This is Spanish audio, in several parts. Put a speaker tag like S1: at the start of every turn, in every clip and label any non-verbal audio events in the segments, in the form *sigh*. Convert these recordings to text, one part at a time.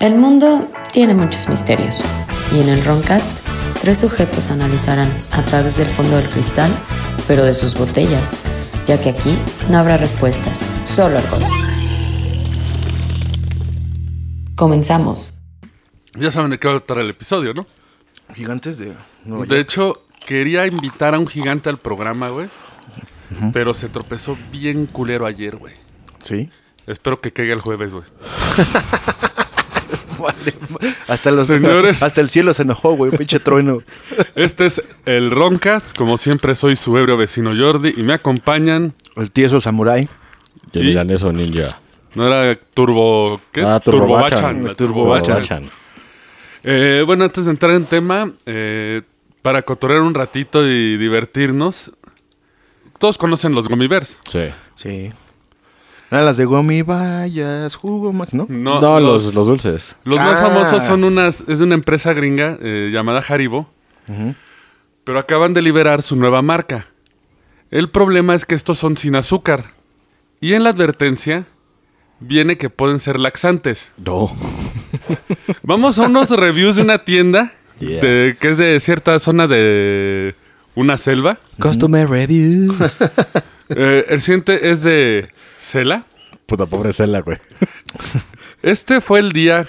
S1: El mundo tiene muchos misterios y en el Roncast tres sujetos analizarán a través del fondo del cristal, pero de sus botellas, ya que aquí no habrá respuestas, solo algo. Comenzamos.
S2: Ya saben de qué va a tratar el episodio, ¿no?
S3: Gigantes de
S4: Oh,
S3: Nueva
S2: De
S3: York.
S2: hecho, quería invitar a un gigante al programa, güey. Pero se tropezó bien culero ayer, güey.
S3: Sí.
S2: Espero que caiga el jueves, güey.
S3: Vale. Hasta, los,
S2: Señores.
S3: hasta el cielo se enojó, güey. Pinche trueno.
S2: Este es el Roncast. Como siempre, soy su ebrio vecino Jordi y me acompañan.
S3: El tieso samurái.
S4: Yo
S2: ¿Y?
S4: dirán eso, ninja.
S2: No era Turbo. ¿Qué?
S4: Ah, Turbo
S2: Turbobachan,
S4: Bachan.
S2: la
S3: Turbo
S2: Turbobachan.
S4: Bachan.
S2: Eh, bueno, antes de entrar en tema, eh, para cotorrear un ratito y divertirnos, todos conocen los Gummibears.
S4: Sí.
S3: Sí. Ah, las de Gomi, vayas, jugo, Mac, ¿no?
S4: No, los, los dulces.
S2: Los más
S3: Ah.
S2: famosos son unas, es de una empresa gringa eh, llamada Haribo, pero acaban de liberar su nueva marca. El problema es que estos son sin azúcar. Y en la advertencia viene que pueden ser laxantes.
S4: No.
S2: Vamos a unos reviews de una tienda
S4: Yeah.
S2: de- que es de cierta zona de una selva.
S4: Customer reviews.
S2: Eh, el siguiente es de Cela.
S4: *laughs* Puta pobre Cela, güey.
S2: Este fue el día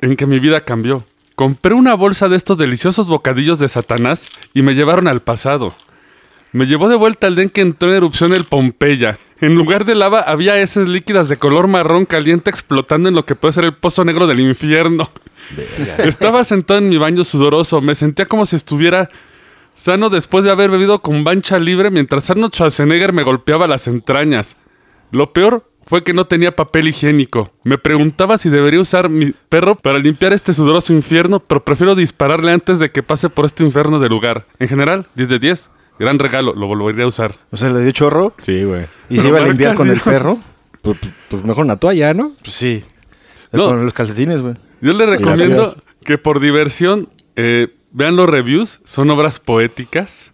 S2: en que mi vida cambió. Compré una bolsa de estos deliciosos bocadillos de Satanás y me llevaron al pasado. Me llevó de vuelta al día en que entró en erupción el Pompeya. En lugar de lava había heces líquidas de color marrón caliente explotando en lo que puede ser el pozo negro del infierno. *laughs* Estaba sentado en mi baño sudoroso, me sentía como si estuviera sano después de haber bebido con bancha libre mientras Arnold Schwarzenegger me golpeaba las entrañas. Lo peor fue que no tenía papel higiénico. Me preguntaba si debería usar mi perro para limpiar este sudoroso infierno, pero prefiero dispararle antes de que pase por este infierno de lugar. En general, 10 de 10. Gran regalo, lo volvería a usar.
S3: O sea, le dio chorro
S4: Sí, güey.
S3: y se
S2: Lo
S3: iba a
S2: marca,
S3: limpiar con el
S2: dijo.
S3: perro.
S4: Pues, pues mejor una toalla, ¿no?
S3: Pues sí.
S2: No.
S3: Con los calcetines, güey.
S2: Yo le recomiendo
S4: adiós.
S2: que por diversión eh, vean los reviews. Son obras poéticas.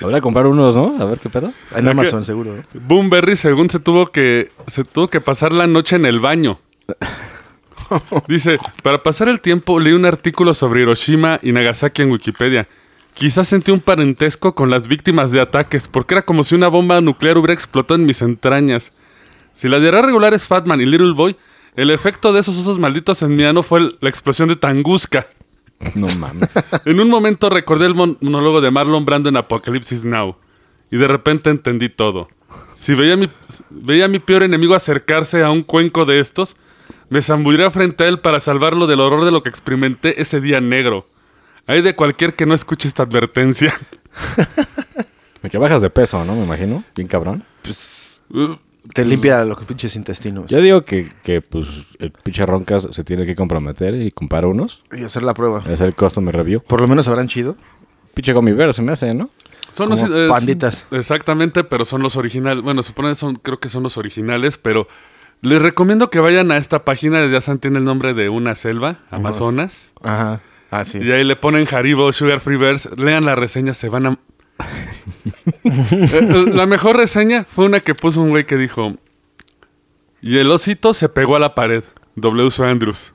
S4: Habrá que comprar unos, ¿no? A ver qué pedo.
S3: En Amazon, seguro. ¿eh? ¿no?
S2: Boomberry, según se tuvo que se tuvo que pasar la noche en el baño. Dice, para pasar el tiempo leí un artículo sobre Hiroshima y Nagasaki en Wikipedia. Quizás sentí un parentesco con las víctimas de ataques, porque era como si una bomba nuclear hubiera explotado en mis entrañas. Si la diarrea regular es Fatman y Little Boy, el efecto de esos osos malditos en mi ano fue el- la explosión de Tanguska.
S4: No mames.
S2: En un momento recordé el mon- monólogo de Marlon Brando en Apocalipsis Now y de repente entendí todo. Si veía a mi, veía a mi peor enemigo acercarse a un cuenco de estos, me zambulliría frente a él para salvarlo del horror de lo que experimenté ese día negro. Hay de cualquier que no escuche esta advertencia. *laughs*
S4: Me que bajas de peso, ¿no? Me imagino. Bien cabrón.
S2: Uh,
S3: Te limpia los pinches intestinos.
S4: Yo digo que, que pues, el pinche Roncas se tiene que comprometer y comprar unos.
S3: Y hacer la prueba.
S4: Es el customer review.
S3: Por lo menos sabrán chido.
S4: Pinche gummy bear se me hace, ¿no?
S2: Son
S3: Como
S2: eh,
S3: panditas.
S2: Exactamente, pero son los originales. Bueno, supone son, creo que son los originales, pero les recomiendo que vayan a esta página. Ya saben, tiene el nombre de una selva, Amazonas.
S3: Ajá. Ah, sí.
S2: Y ahí le ponen Haribo, Sugar Free Bears, lean la reseña, se van
S3: *laughs*
S2: a... Eh, la mejor reseña fue una que puso un güey que dijo, y el osito se pegó a la pared, W. Sue Andrews.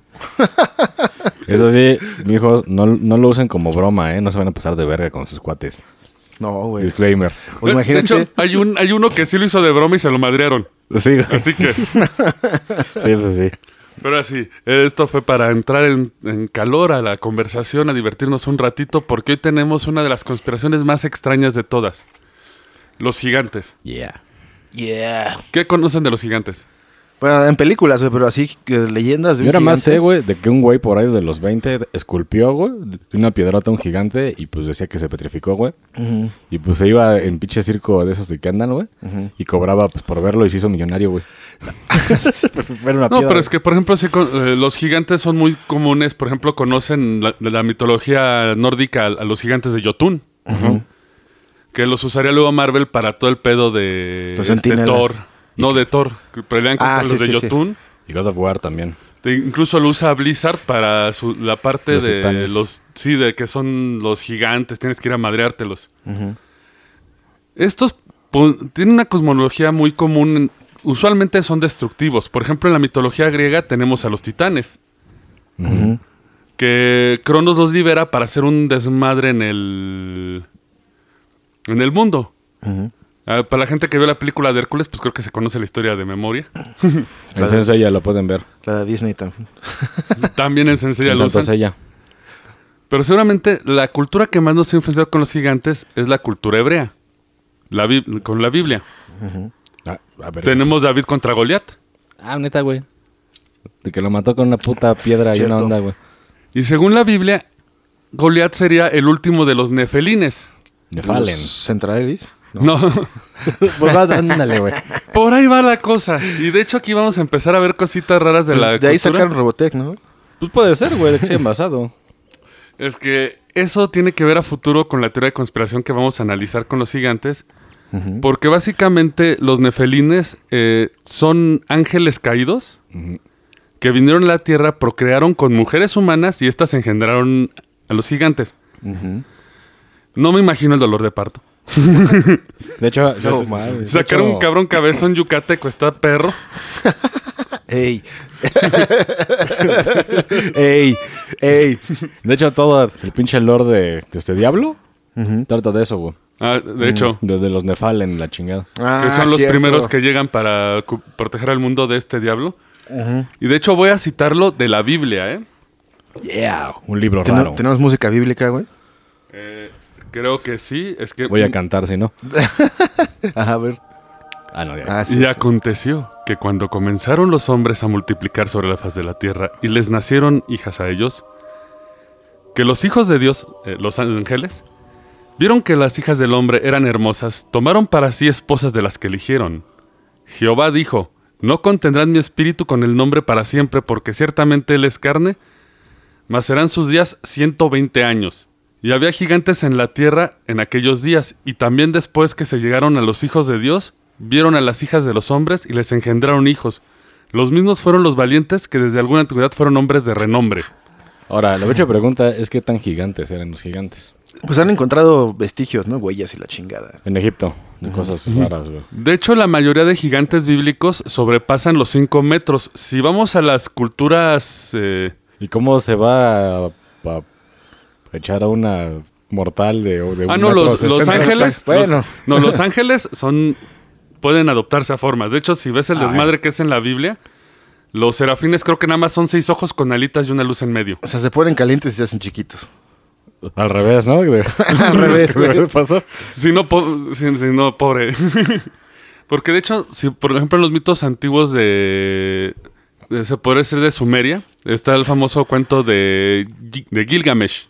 S4: Eso sí, mijos, no, no lo usen como broma, ¿eh? No se van a pasar de verga con sus cuates.
S3: No,
S4: Pues.
S3: güey.
S4: Disclaimer.
S3: O
S2: *laughs*
S3: Pues imagínate.
S2: Eh, De hecho, hay, un, hay uno que sí lo hizo de broma y se lo madrearon.
S4: Sí, güey.
S2: Así
S3: *laughs*
S2: que,
S4: Sí, pues sí.
S2: pero así, esto fue para entrar en, en calor a la conversación, a divertirnos un ratito, porque hoy tenemos una de las conspiraciones más extrañas de todas. Los gigantes.
S4: Yeah.
S3: Yeah.
S2: ¿Qué conocen de los gigantes?
S3: Bueno, en películas, güey, pero así que leyendas. de
S4: Yo
S3: un
S4: nada más
S3: gigante.
S4: sé, güey, de que un güey por ahí de los 20 esculpió, güey, de una piedrota a un gigante y pues decía que se petrificó, güey.
S3: Ujú.
S4: Y pues se iba en pinche circo de esos de que andan, güey. Y cobraba pues por verlo y se hizo millonario, güey. Era una
S2: No,
S4: piedra,
S2: pero es que, por ejemplo, sí con- eh, los gigantes son muy comunes. Por ejemplo, conocen la, de la mitología nórdica a, a los gigantes de Jotun. Que los usaría luego Marvel para todo el pedo de
S3: Los
S2: este,
S3: sentinelas.
S2: Thor. No, de Thor. Que pelean contra
S3: Ah, sí,
S2: los de
S3: sí, sí.
S2: Jotun.
S4: Y God of War también.
S2: E incluso lo usa Blizzard para su- la parte
S4: Los
S2: de
S4: titanes.
S2: los... Sí, de que son los gigantes. Tienes que ir a madreártelos. Estos po- tienen una cosmología muy común. Usualmente son destructivos. Por ejemplo, en la mitología griega tenemos a los titanes. Que Cronos los libera para hacer un desmadre en el. en el mundo. Ah, para la gente que vio la película de Hércules, pues creo que se conoce la historia de
S3: *laughs*
S2: memoria.
S5: En Sensei ya lo pueden ver.
S3: La de Disney también.
S2: También en Sensei ya
S5: En
S2: lo
S5: Santa
S2: usan.
S5: Seiya.
S2: Pero seguramente la cultura que más nos ha influenciado con los gigantes es la cultura hebrea. La Bib- con la Biblia.
S5: Ah, a ver.
S2: Tenemos David contra Goliat.
S5: Ah, neta, güey. De que lo mató con una puta piedra y una
S3: Cierto.
S5: onda, güey.
S2: Y según la Biblia, Goliat sería el último de los nefelines.
S3: Pues, *laughs*
S5: Nefalen.
S3: Los Centraelis.
S2: No. *laughs*
S5: Pues va, ándale, güey.
S2: Por ahí va la cosa. Y de hecho aquí vamos a empezar a ver cositas raras de
S3: Pues,
S2: la
S3: de ahí
S2: cultura.
S3: sacaron Robotech, ¿no?
S5: Pues puede ser, güey, de que sea embarazado.
S2: Es que eso tiene que ver a futuro con la teoría de conspiración que vamos a analizar con los gigantes. Porque básicamente los nefelines eh, son ángeles caídos que vinieron a la Tierra, procrearon con mujeres humanas y estas engendraron a los gigantes. No me imagino el dolor de parto.
S5: De hecho,
S3: No mames.
S5: de
S2: Sacar
S5: hecho,
S2: un cabrón cabezón yucateco está perro. *laughs*
S3: ¡Ey! ¡Ey! ¡Ey!
S5: De hecho, todo el pinche lore de, de este diablo
S3: Ujú.
S5: trata de eso, güey.
S2: Ah, de hecho,
S5: Desde los Nefalen, la chingada.
S3: Ah,
S2: que son los
S3: cierto.
S2: primeros que llegan para cu- proteger al mundo de este diablo.
S3: Ujú.
S2: Y de hecho voy a citarlo de la Biblia, ¿eh?
S5: Yeah, un libro
S3: Ten-
S5: raro.
S3: Tenemos música bíblica, güey.
S2: Eh, creo que sí, es que...
S5: Voy a cantar, si no.
S3: Ajá, a ver.
S5: Ah, no, ya.
S3: *laughs* Ah, sí,
S2: Y
S3: sí.
S2: aconteció que cuando comenzaron los hombres a multiplicar sobre la faz de la tierra y les nacieron hijas a ellos, que los hijos de Dios, eh, los ángeles, vieron que las hijas del hombre eran hermosas, tomaron para sí esposas de las que eligieron. Jehová dijo, no contendrán mi espíritu con el nombre para siempre, porque ciertamente él es carne, mas serán sus días 120 años. Y había gigantes en la tierra en aquellos días, y también después que se llegaron a los hijos de Dios, vieron a las hijas de los hombres y les engendraron hijos. Los mismos fueron los valientes que desde alguna antigüedad fueron hombres de renombre.
S5: Ahora, la otra pregunta es qué tan gigantes eran los gigantes.
S3: Pues han encontrado vestigios, ¿no? Huellas y la chingada.
S5: En Egipto, de cosas raras, güey.
S2: De hecho, la mayoría de gigantes bíblicos sobrepasan los 5 metros. Si vamos a las culturas... eh,
S5: ¿Y cómo se va a, a- a echar a una mortal de, de un
S2: ah, no,
S5: metro
S2: los, los
S5: sesenta?
S2: ángeles...
S3: Bueno.
S2: los- no, los ángeles son... Pueden adoptarse a formas. De hecho, si ves el
S5: Ay.
S2: desmadre que es en la Biblia, los serafines creo que nada más son seis ojos con alitas y una luz en medio.
S3: O sea, se ponen calientes y se hacen chiquitos.
S5: Al revés, ¿no? De-
S3: *laughs* Al
S5: *laughs*
S3: revés, güey.
S5: ¿Qué pasó?
S2: Si no, po- si- si no, pobre. *laughs* Porque de hecho, si por ejemplo en los mitos antiguos de, de- se podría decir de Sumeria, está el famoso cuento de, Gi- de Gilgamesh,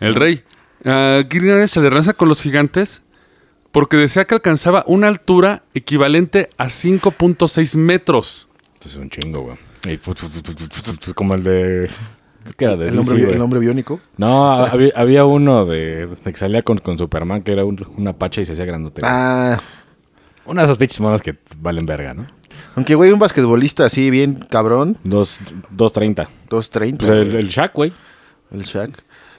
S2: el rey. A Gilgamesh se le realiza con los gigantes porque decía que alcanzaba una altura equivalente a 5.6 metros.
S5: Entonces es un chingo, güey. Y fu- fu- fu- fu- fu- fu- fu- Como el de... ¿Qué era? De
S3: El hombre,
S5: DC,
S3: bi-
S5: güey.
S3: el hombre biónico.
S5: No, había, había uno de, de que salía con, con Superman que era un, un apache y se hacía grandote. güey.
S3: Ah,
S5: Una de esas pinches monas que valen verga, ¿no?
S3: aunque, güey, un basquetbolista así bien cabrón.
S5: Dos, 2.30.
S3: 2.30.
S5: Pues el, el Shaq, güey.
S3: el Shaq.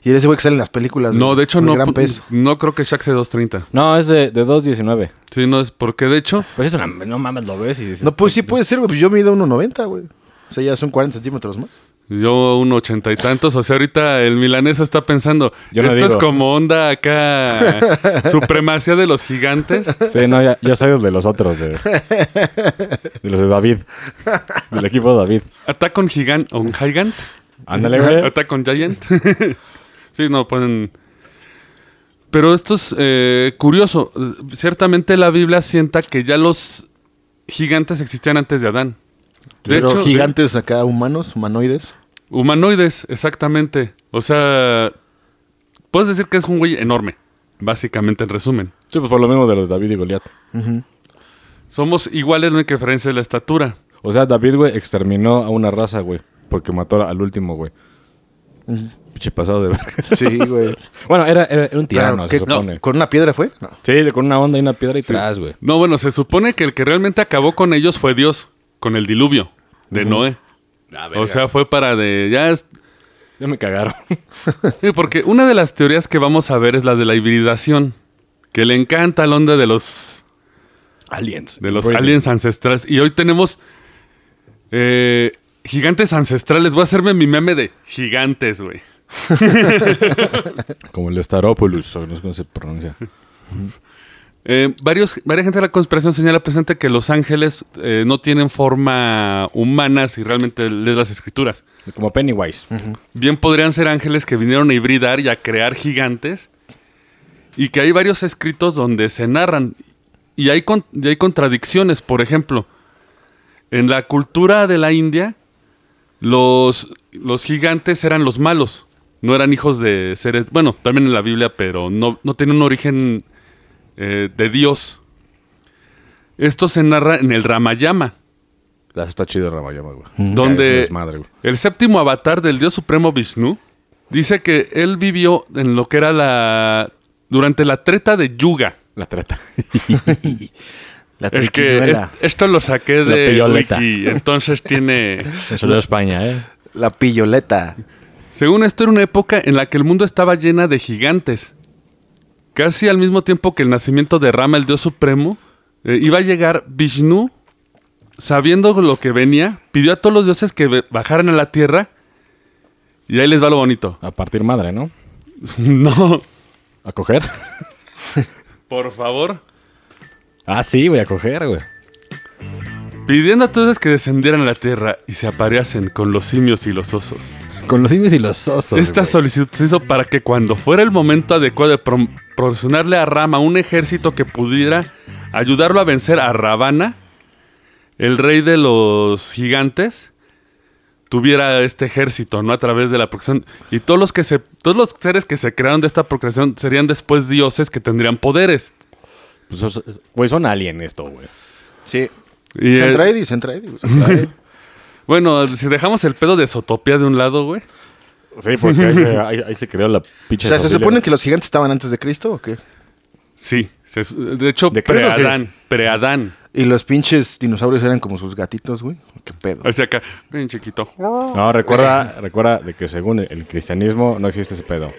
S3: Y ese güey que sale en las películas.
S2: No, de hecho
S3: Un
S2: no,
S3: Gran
S2: pu-
S3: pez.
S2: no creo que Shaq sea 230.
S5: No, es de, de 2.19.
S2: Sí, no es porque de hecho
S5: Pues es una... No mames, lo ves y dices...
S3: No, pues sí puede ser, güey. Pues yo mido 1.90, güey. O sea, ya son 40 centímetros más.
S2: Yo un ochenta y tantos, o sea, ahorita el milaneso está pensando,
S5: Yo no
S2: esto es
S5: digo.
S2: como onda
S5: *laughs*
S2: acá, supremacía de los gigantes.
S5: Sí, no, ya, yo soy el de los otros, de, de los de David. Del equipo de David.
S2: Ataque on gigant, on gigant,
S5: Ándale, güey.
S2: ataque on giant. *laughs* sí, no, ponen... Pero esto es eh, curioso, ciertamente la Biblia sienta que ya los gigantes existían antes de Adán. De
S3: Pero
S2: hecho,
S3: gigantes acá, humanos, humanoides.
S2: Humanoides, exactamente. O sea, puedes decir que es un güey enorme, básicamente en resumen.
S5: Sí, pues por lo mismo de los de David y Goliat.
S2: Somos iguales, la única diferencia es la estatura.
S5: O sea, David, güey, exterminó a una raza, güey. Porque mató al último, güey. Pinche pasado de verga.
S3: Sí, *laughs* güey.
S5: Bueno, era, era- era un tirano,
S3: Claro,
S5: se
S3: ¿qué-
S5: supone.
S3: ¿Con una piedra fue? No.
S5: Sí, con una onda y una piedra y tras, güey.
S2: No, bueno, se supone que el que realmente acabó con ellos fue Dios, con el diluvio de Noé. O sea, fue para de... Ya es-
S5: Ya me cagaron.
S2: Sí, porque una de las teorías que vamos a ver es la de la hibridación. que le encanta la onda de los
S4: *laughs* Aliens.
S2: de los aliens ancestrales. Y hoy tenemos eh, gigantes ancestrales. Voy a hacerme mi meme de gigantes, güey.
S4: Como el Staropoulos, o no sé cómo se pronuncia.
S2: Eh, varios, varias gente de la conspiración señala presente que los ángeles eh, no tienen forma humana si realmente lees las escrituras.
S4: Como Pennywise.
S2: Bien podrían ser ángeles que vinieron a hibridar y a crear gigantes. Y que hay varios escritos donde se narran. Y hay, con- y hay contradicciones. Por ejemplo, en la cultura de la India, los, los gigantes eran los malos. No eran hijos de seres. Bueno, también en la Biblia, pero no, no tienen un origen eh, de Dios. Esto se narra en el Ramayama.
S4: Ah, Está chido Ramayama, güey.
S2: Donde-
S4: Es madre, güey.
S2: El séptimo avatar del dios supremo Vishnu dice que él vivió en lo que era la. durante la treta de Yuga.
S4: La
S5: *laughs*
S4: trata.
S3: La
S2: Es que
S3: triquiñuela.
S2: es- esto lo saqué
S5: La
S2: de
S5: pilloleta.
S2: Wiki, entonces tiene.
S5: Eso de España, ¿eh?
S3: La pilloleta.
S2: Según esto, era una época en la que el mundo estaba llena de gigantes. Casi al mismo tiempo que el nacimiento de Rama, el dios supremo, eh, iba a llegar Vishnu, sabiendo lo que venía, pidió a todos los dioses que ve- bajaran a la tierra. Y ahí les va lo bonito. *laughs*
S4: A partir madre, ¿no?
S2: no.
S4: A coger.
S2: Por favor.
S4: Ah, sí, güey, a coger, güey.
S2: Pidiendo a todos que descendieran a la tierra y se apareasen con los simios y los osos.
S4: Con los simios y los osos.
S2: Esta
S4: güey.
S2: solicitud se hizo para que cuando fuera el momento adecuado de pro- proporcionarle a Rama un ejército que pudiera ayudarlo a vencer a Ravana, el rey de los gigantes, tuviera este ejército, ¿no? A través de la procreación. Y todos los, que se, todos los seres que se crearon de esta procreación serían después dioses que tendrían poderes.
S4: Pues, os- Güey, son alien esto, güey.
S3: Sí.
S2: Y, eh,
S3: Centraedi,
S2: *laughs*
S3: Centraedi. güey, *laughs* Centraedi.
S2: bueno, si dejamos el pedo de Sotopía de un lado, güey.
S4: Sí, porque ahí se, ahí- ahí se creó la pinche.
S3: O sea, ¿se
S4: familia.
S3: supone que los gigantes estaban antes de Cristo o qué?
S2: Sí, se- de hecho,
S4: De Cristo, sí.
S2: pre-Adán, pre-Adán.
S3: Y los pinches dinosaurios eran como sus gatitos, güey. ¿Qué pedo?
S2: Hacia acá, bien chiquito.
S4: No, recuerda, recuerda de que según el cristianismo no existe ese pedo.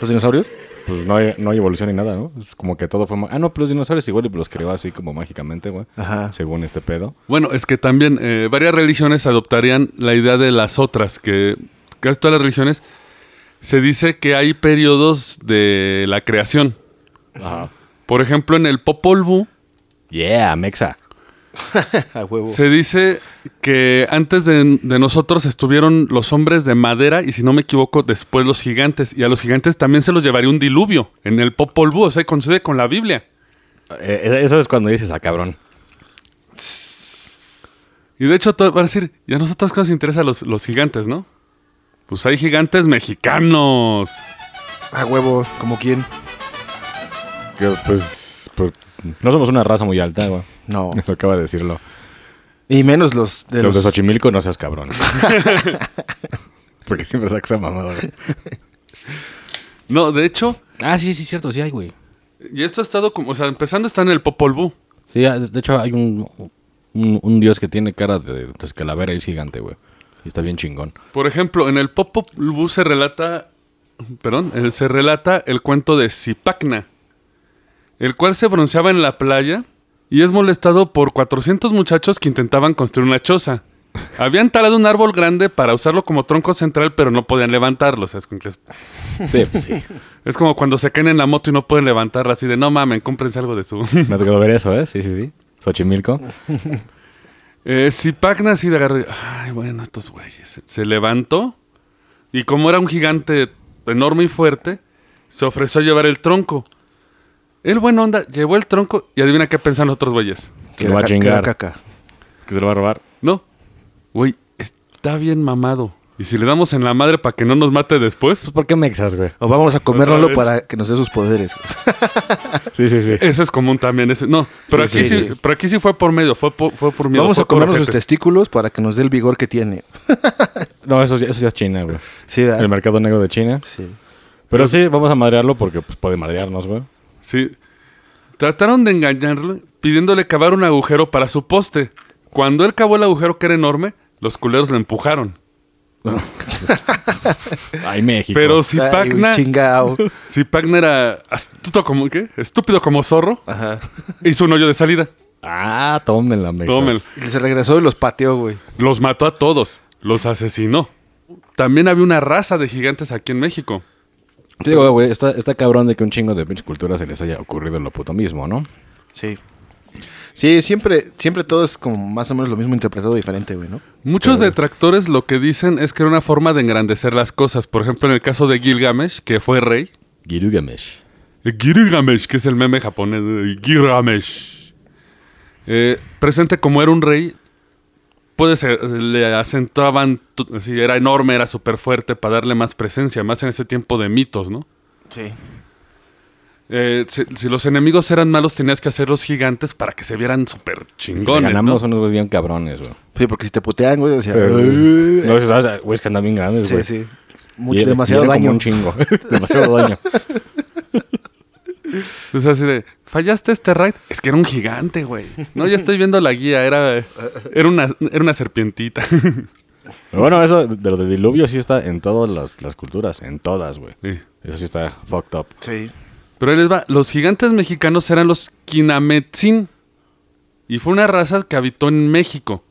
S3: ¿Los dinosaurios?
S4: Pues no hay, no hay evolución ni nada, ¿no? Es como que todo fue... ma- Ah, no, pero los dinosaurios igual y los creó así como mágicamente, güey.
S3: Ajá.
S4: Según este pedo.
S2: Bueno, es que también eh, varias religiones adoptarían la idea de las otras, que casi todas las religiones se dice que hay periodos de la creación.
S4: Ajá.
S2: Por ejemplo, en el Popol Vuh
S4: Yeah, Mexa.
S3: *laughs* A huevo.
S2: se dice que antes de, de nosotros estuvieron los hombres de madera y si no me equivoco después los gigantes. Y a los gigantes también se los llevaría un diluvio en el Popol Vuh, o sea, coincide con la Biblia.
S4: Eh, eso es cuando dices, ah, cabrón.
S2: Y de hecho, todo, va a decir, ¿y a nosotros qué nos interesan los, los gigantes, no? Pues hay gigantes mexicanos.
S3: A huevo, como quién.
S4: Que, pues, pues, No somos una raza muy alta, güey.
S3: *laughs* No.
S4: Eso acaba de decirlo.
S3: Y menos los de
S4: los
S3: los.
S4: de Xochimilco no seas
S3: *laughs*
S4: cabrón. Porque siempre sacas esa mamada, güey.
S2: No, de hecho,
S5: Ah, sí, sí, cierto, sí hay, güey.
S2: y esto ha estado como, o sea, empezando está en el Popol Vuh.
S5: Sí, ah, de hecho hay un, un, un dios que tiene cara de pues, calavera y es gigante, güey. Y está bien chingón.
S2: Por ejemplo, en el Popol Vuh se relata, perdón, eh, se relata el cuento de Zipacna, el cual se bronceaba en la playa y es molestado por 400 muchachos que intentaban construir una choza. Habían talado un árbol grande para usarlo como tronco central, pero no podían levantarlo. O sea, es como que es
S4: Sí, pues
S5: *laughs*
S4: sí.
S2: Es como cuando se caen en la moto y no pueden levantarla, así de no mamen, cómprense algo de su. *laughs*
S4: Me ha tocado ver eso, ¿eh? Sí, sí, sí. Xochimilco.
S2: eh, si Pacna así le agarró. y, Ay, bueno, estos güeyes. Se- Se levantó y como era un gigante enorme y fuerte, se ofreció a llevar el tronco. El buen onda llevó el tronco y adivina qué pensan los otros güeyes.
S3: Que
S4: Lo va
S3: era
S4: a
S3: ca- que era
S4: chingar.
S3: caca.
S4: Que se lo va a robar.
S2: No, güey, está bien mamado. Y si le damos en la madre para que no nos mate después,
S4: Pues, ¿por qué Mexas, güey?
S3: O vamos a comérnoslo
S2: vez.
S3: para que nos dé sus poderes.
S4: Sí, sí,
S5: *laughs*
S4: sí.
S2: ese es común también. Ese, no, pero,
S3: Sí,
S2: aquí
S3: sí,
S2: sí,
S3: sí.
S2: pero aquí sí fue por medio, fue por, fue por miedo.
S3: vamos
S2: fue
S3: a
S2: por
S3: comernos este sus
S2: ojetes.
S3: testículos para que nos dé el vigor que tiene.
S4: No, eso, ya- eso ya es China, güey.
S3: Sí, ¿verdad?
S4: El mercado negro de China.
S3: Sí.
S4: Pero sí, vamos a madrearlo porque pues, puede madrearnos, güey.
S2: Sí. Trataron de engañarlo pidiéndole cavar un agujero para su poste. Cuando él cavó el agujero que era enorme, los culeros lo empujaron.
S5: Ay, México.
S2: Pero si
S3: Ay,
S2: Pacna, *laughs*
S3: chingao.
S2: si Pacna era astuto como, ¿qué? Estúpido como zorro,
S3: Ajá.
S2: hizo un hoyo de salida.
S4: Ah, tómenla, me
S2: Tómelo.
S3: Y se regresó y los pateó, güey.
S2: Los mató a todos. Los asesinó. También había una raza de gigantes aquí en México.
S5: Te digo, güey, está, está cabrón de que un chingo de pinches culturas se les haya ocurrido lo puto mismo, ¿no?
S3: Sí. Sí, siempre, siempre todo es como más o menos lo mismo interpretado diferente, güey, ¿no?
S2: Muchos detractores lo que dicen es que era una forma de engrandecer las cosas. Por ejemplo, en el caso de Gilgamesh, que fue rey.
S5: Gilgamesh.
S2: Gilgamesh, Eh, que es el meme japonés. de Gilgamesh. Eh, presente como era un rey, pues eh, le acentuaban, tu- así, era enorme, era súper fuerte para darle más presencia, más en ese tiempo de mitos, ¿no?
S3: Sí.
S2: Eh, si, si los enemigos eran malos, tenías que hacerlos gigantes para que se vieran súper
S5: Le
S2: chingones.
S5: ganamos
S2: ¿no?
S5: unos güeyes bien cabrones, güey.
S3: Sí, porque si te putean, güey, decía, "Uy".
S5: Eh, No, sabes, güey, es que andan bien grandes,
S3: Sí,
S5: güey.
S3: sí.
S5: Y
S3: Mucho,
S5: era- y
S3: demasiado
S5: era como
S3: daño.
S5: un chingo. *laughs* demasiado daño.
S2: Es así de, fallaste este raid. Es que era un gigante, güey. No, ya estoy viendo la guía. Era, era, una, era una serpientita. *laughs*
S5: Pero bueno, eso de lo del diluvio sí está en todas las, las culturas, en todas, güey.
S2: Sí.
S5: Eso sí está fucked up.
S3: Sí.
S2: Pero ahí les va. Los gigantes mexicanos eran los Quinametzin. Y fue una raza que habitó en México.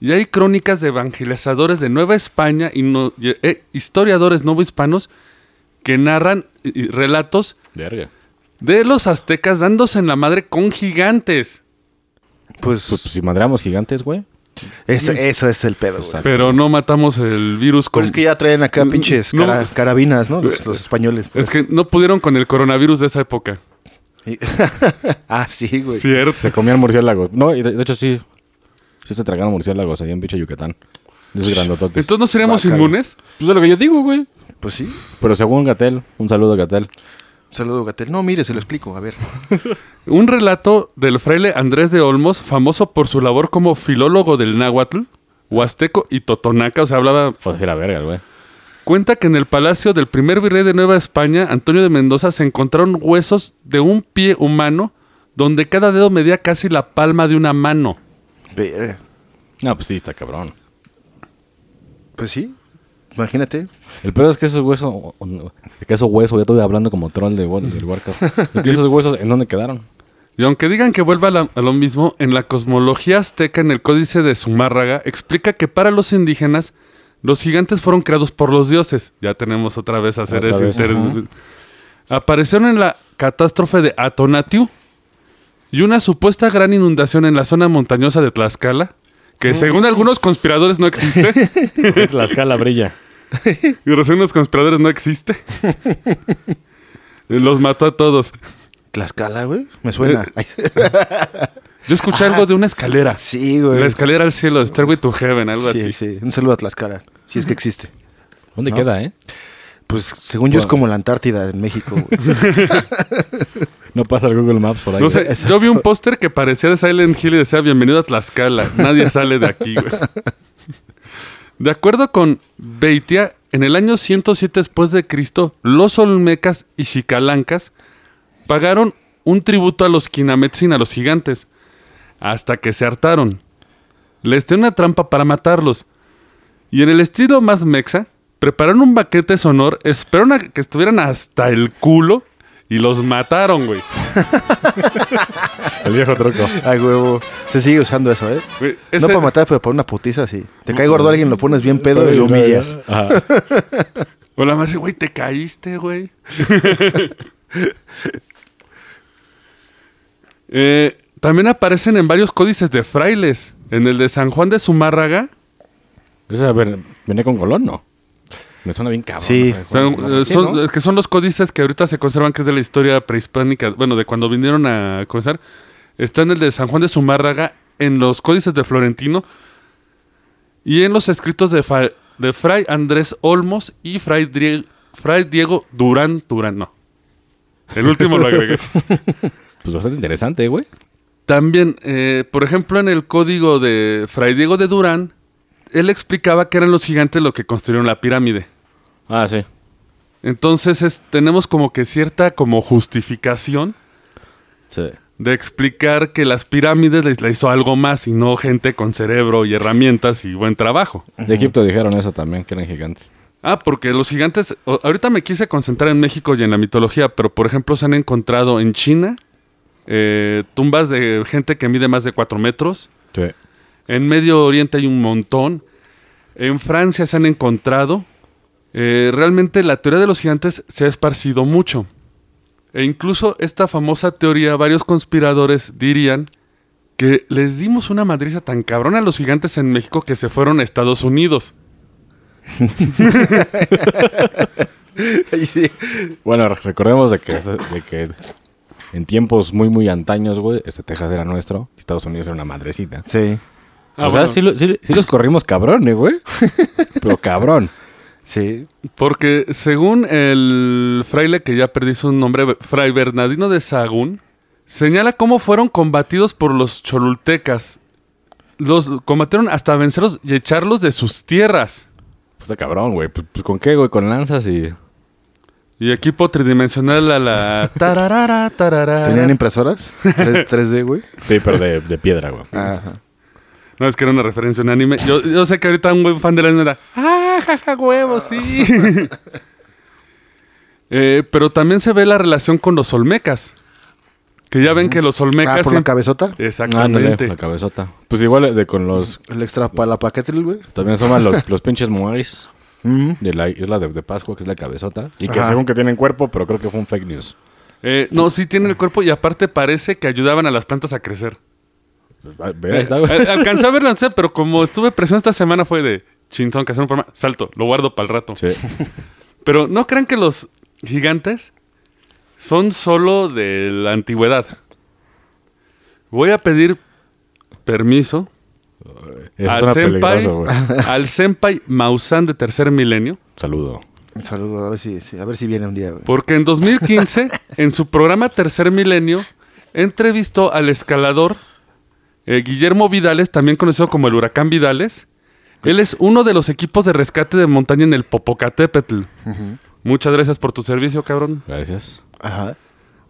S2: Y hay crónicas de evangelizadores de Nueva España y, no- y- eh, historiadores novohispanos que narran y- y relatos
S5: Verga.
S2: de los aztecas dándose en la madre con gigantes.
S3: Pues,
S5: Pues, pues, si madreamos gigantes, güey.
S3: es- eso es el pedo, güey.
S5: Exacto.
S2: Pero no matamos el virus con...
S3: Pero es que ya traen acá pinches
S2: No.
S3: cara- carabinas, ¿no? Los, los españoles. pues.
S2: Es que no pudieron con el coronavirus de esa época.
S3: Y- *laughs* ah, sí, güey.
S2: Cierto.
S5: Se comían murciélagos. No, y de, de hecho sí. Sí se tragaron murciélagos allá en pinche Yucatán. De Esos grandototes.
S2: Entonces no seríamos
S3: Guácala.
S2: inmunes.
S5: pues es lo que yo digo, güey.
S3: Pues sí.
S5: Pero según Gatel, un saludo a Gatel.
S3: Un Saludo, Gatel. No, mire, se lo explico. A ver.
S2: Un relato del fraile Andrés de Olmos, famoso por su labor como filólogo del náhuatl, huasteco y totonaca, o sea, hablaba...
S5: Pues decir la verga, güey.
S2: Cuenta que en el palacio del primer virrey de Nueva España, Antonio de Mendoza, se encontraron huesos de un pie humano donde cada dedo medía casi la palma de una mano.
S3: Verga.
S5: No, pues sí, está cabrón.
S3: Pues sí. Imagínate.
S5: El pedo es que esos huesos. o- o- Que esos huesos, ya estoy hablando como troll de, War- del Warcraft. Es que esos huesos, ¿en dónde quedaron?
S2: Y aunque digan que vuelva a, la- a lo mismo, en la cosmología azteca, en el códice de Zumárraga, explica que para los indígenas, los gigantes fueron creados por los dioses. Ya tenemos otra vez a seres
S5: Otra vez,
S2: inter- Aparecieron en la catástrofe de Atonatiu y una supuesta gran inundación en la zona montañosa de Tlaxcala,
S5: Ah.
S2: que según algunos conspiradores no
S5: *laughs*
S2: existe.
S5: La escala brilla.
S2: y según los conspiradores no
S5: *laughs*
S2: existe. los mató a todos.
S3: Tlaxcala, güey. Me suena. Ay,
S2: Eh, Yo escuché algo de una escalera.
S3: *laughs* sí, güey.
S2: La escalera al cielo, Stairway to Heaven, algo
S3: Sí,
S2: así.
S3: sí. Un saludo a Tlaxcala. Si es que existe.
S5: ¿Dónde queda, eh?
S3: Pues según yo es como la Antártida en
S2: *laughs*
S3: México, güey.
S5: No pasa el Google Maps por ahí. eh.
S2: No
S5: güey.
S2: sé, yo vi un póster que parecía de Silent Hill y decía bienvenido a Tlaxcala. Nadie sale de aquí,
S5: *laughs*
S2: güey. De acuerdo con Beitia, en el año 107 después de Cristo, los olmecas y xicalancas pagaron un tributo a los quinametzin, a los gigantes, hasta que se hartaron. Les dio una trampa para matarlos. Y en el estilo más mexa, prepararon un baquete sonor, esperaron a que estuvieran hasta el culo y los mataron, güey.
S5: El viejo truco.
S3: Ay, huevo. Se sigue usando eso, ¿eh?
S2: Güey,
S3: No
S2: ese-
S3: para matar, pero para una putiza, sí. Te cae gordo alguien, lo pones bien pedo y lo humillas.
S2: *laughs*
S5: Ajá.
S2: O la madre, güey, te caíste, güey. *laughs* Eh, también aparecen en varios códices de frailes. En el de San Juan de Zumárraga.
S5: Eso, a ver, venía con Colón, ¿no? Me suena bien cabrón.
S3: Sí.
S5: ¿no?
S2: son- eh, son-
S5: ¿no?
S2: es que son los códices que ahorita se conservan, que es de la historia prehispánica. Bueno, de cuando vinieron a cruzar. Está en el de San Juan de Zumárraga, en los códices de Florentino. Y en los escritos de, fa- de Fray Andrés Olmos y Fray, Drie- Fray Diego Durán Durán. No. El último lo agregué.
S5: Pues bastante interesante, güey.
S2: También, eh, por ejemplo, en el código de Fray Diego de Durán, él explicaba que eran los gigantes los que construyeron la pirámide.
S5: Ah, sí.
S2: Entonces es- tenemos como que cierta como justificación
S5: Sí.
S2: de explicar que las pirámides les, le hizo algo más y no gente con cerebro y herramientas y buen trabajo.
S5: De Egipto dijeron eso también, que eran gigantes.
S2: Ah, porque los gigantes, o- ahorita me quise concentrar en México y en la mitología, pero por ejemplo se han encontrado en China eh, tumbas de gente que mide más de 4 metros,
S5: Sí.
S2: en Medio Oriente hay un montón, en Francia se han encontrado, Eh, realmente la teoría de los gigantes se ha esparcido mucho. E incluso esta famosa teoría, varios conspiradores dirían que les dimos una madriza tan cabrona a los gigantes en México que se fueron a Estados Unidos.
S3: Ahí sí.
S5: Bueno, re- recordemos de que, de que en tiempos muy, muy antaños, güey, este Texas era nuestro, y Estados Unidos era una madrecita.
S3: Sí.
S2: Ah,
S5: o sea,
S2: bueno.
S5: sí, lo- sí- sí los corrimos cabrones, güey. *laughs* Pero cabrón.
S3: Sí.
S2: Porque según el fraile que ya perdí su nombre, Fray Bernardino de Sahagún, señala cómo fueron combatidos por los cholultecas. Los combatieron hasta vencerlos y echarlos de sus tierras.
S5: Pues está cabrón, güey. Pues, pues, con qué, güey, con lanzas y.
S2: Y equipo tridimensional a
S3: *laughs*
S2: la... Tararara, tararara.
S3: ¿Tenían impresoras? *laughs* ¿Tres- 3D, güey.
S5: Sí, pero de, de piedra, güey.
S3: Ajá.
S2: No, es que era una referencia a un anime. Yo, yo sé que ahorita un buen fan de la anime era, ¡Ah, jaja, huevo, sí! *laughs* Eh, pero también se ve la relación con los olmecas. Que ya ven que los
S3: Ah,
S2: olmecas...
S3: por la
S2: siempre-
S3: cabezota.
S5: Ándale,
S2: Exactamente.
S5: la cabezota. Pues igual de con los.
S3: El extra para la paquetril, güey.
S5: También son los, los pinches moais
S3: Mm.
S5: de la isla de, de Pascua, que es la cabezota. Y que
S3: Ajá.
S5: según que tienen cuerpo, pero creo que fue un fake news.
S2: Eh, no, sí tiene el cuerpo y aparte parece que ayudaban a las plantas a crecer.
S5: Pues, a- ve,
S2: Eh,
S5: *laughs* está, güey.
S2: al- alcancé a verlo, sé, pero como estuve presente esta semana fue de chintón que hacer un programa. Salto, lo guardo para el rato.
S5: Sí.
S2: Pero no crean que los gigantes son solo de la antigüedad. Voy a pedir permiso
S5: Eso
S2: a
S5: suena
S2: senpai-
S5: peligroso, güey.
S2: al senpai Mausan de tercer milenio.
S5: Saludo.
S3: Un saludo. A ver si, si- a ver si viene un día, güey.
S2: Porque en 2015, en su programa Tercer Milenio, entrevistó al escalador eh, Guillermo Vidales, también conocido como el Huracán Vidales. Él es uno de los equipos de rescate de montaña en el Popocatépetl. Muchas gracias por tu servicio, cabrón.
S5: Gracias.
S3: Ajá.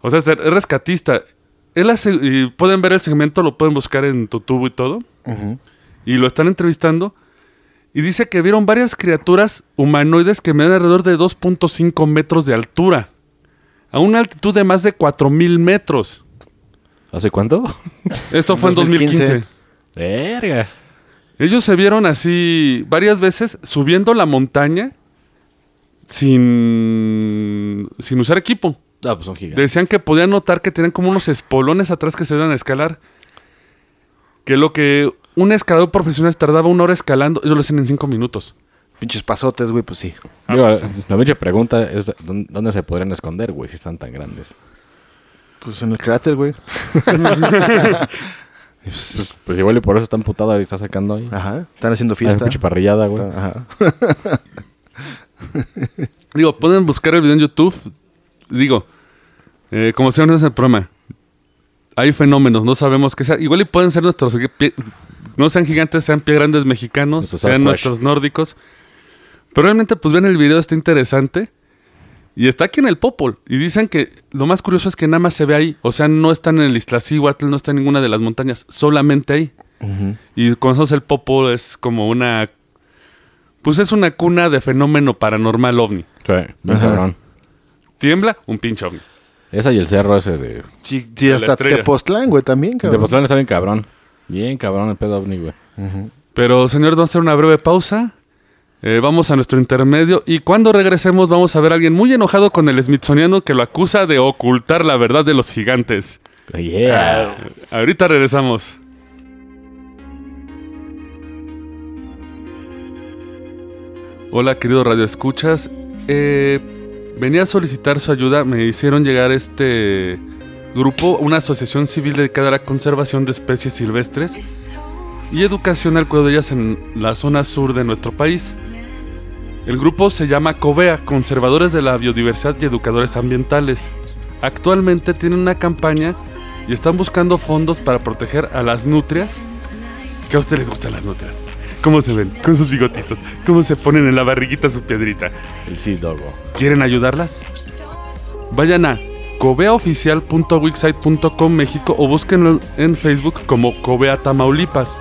S2: O sea, es es rescatista. Él hace- y pueden ver el segmento, lo pueden buscar en tu tubo y todo.
S3: Ujú.
S2: Y lo están entrevistando. Y dice que vieron varias criaturas humanoides que medían alrededor de 2.5 metros de altura. A una altitud de más de 4.000 metros.
S5: ¿Hace cuánto?
S2: Esto fue en
S3: 2015.
S2: 2015.
S5: Verga.
S2: Ellos se vieron así varias veces subiendo la montaña sin, sin usar equipo.
S5: Ah, pues son gigantes.
S2: Decían que podían notar que tenían como unos espolones atrás que se iban a escalar. Que lo que un escalador profesional tardaba una hora escalando, ellos lo hacían en cinco minutos.
S3: Pinches pasotes, güey, pues sí.
S5: Digo, la pinche pregunta es: ¿dó- ¿dónde se podrían esconder, güey, si están tan grandes?
S3: Pues en el cráter, güey.
S5: Pues, pues igual y por eso están putados ahorita sacando ahí.
S3: Ajá. Están haciendo
S5: Hay una
S3: fiesta.
S5: Ah, pinche parrillada, güey.
S3: Ajá.
S2: Digo, pueden buscar el video en YouTube. Digo, eh, como se en el programa, hay fenómenos, no sabemos qué sea. Igual y pueden ser nuestros. pie- no sean gigantes, sean pie grandes mexicanos,
S5: Nuestros
S2: sean
S5: Sasquatch.
S2: nuestros nórdicos. Pero realmente, pues ven el video, está interesante. Y está aquí en el Popol. Y dicen que lo más curioso es que nada más se ve ahí. O sea, no están en el Iztaccíhuatl, no está en ninguna de las montañas, solamente ahí.
S3: Ujú.
S2: Y con eso el Popol es como una. Pues es una cuna de fenómeno paranormal ovni.
S5: Sí, bien cabrón.
S2: Tiembla un pinche ovni.
S5: Esa y el cerro ese de.
S3: Sí, sí, hasta
S2: estrella.
S3: Tepoztlán, güey, también,
S5: De
S3: cabrón.
S5: Postlán está bien cabrón. Bien cabrón el pedo ovni, güey.
S2: Pero señores, vamos a hacer una breve pausa. Eh, vamos a nuestro intermedio y cuando regresemos vamos a ver a alguien muy enojado con el Smithsoniano que lo acusa de ocultar la verdad de los gigantes.
S5: Yeah.
S2: Ah, Ahorita regresamos. Hola querido Radio Escuchas. Eh, venía a solicitar su ayuda. Me hicieron llegar este grupo, una asociación civil dedicada a la conservación de especies silvestres y educación al cuidado de ellas en la zona sur de nuestro país. El grupo se llama COVEA, Conservadores de la Biodiversidad y Educadores Ambientales. Actualmente tienen una campaña y están buscando fondos para proteger a las nutrias. Que a ustedes les gustan las nutrias. ¿Cómo se ven? Con sus bigotitos. ¿Cómo se ponen en la barriguita su piedrita?
S5: El Sea Dogo.
S2: ¿Quieren ayudarlas? Vayan a cobeaoficial.wixsite.com México o búsquenlo en Facebook como Cobea Tamaulipas.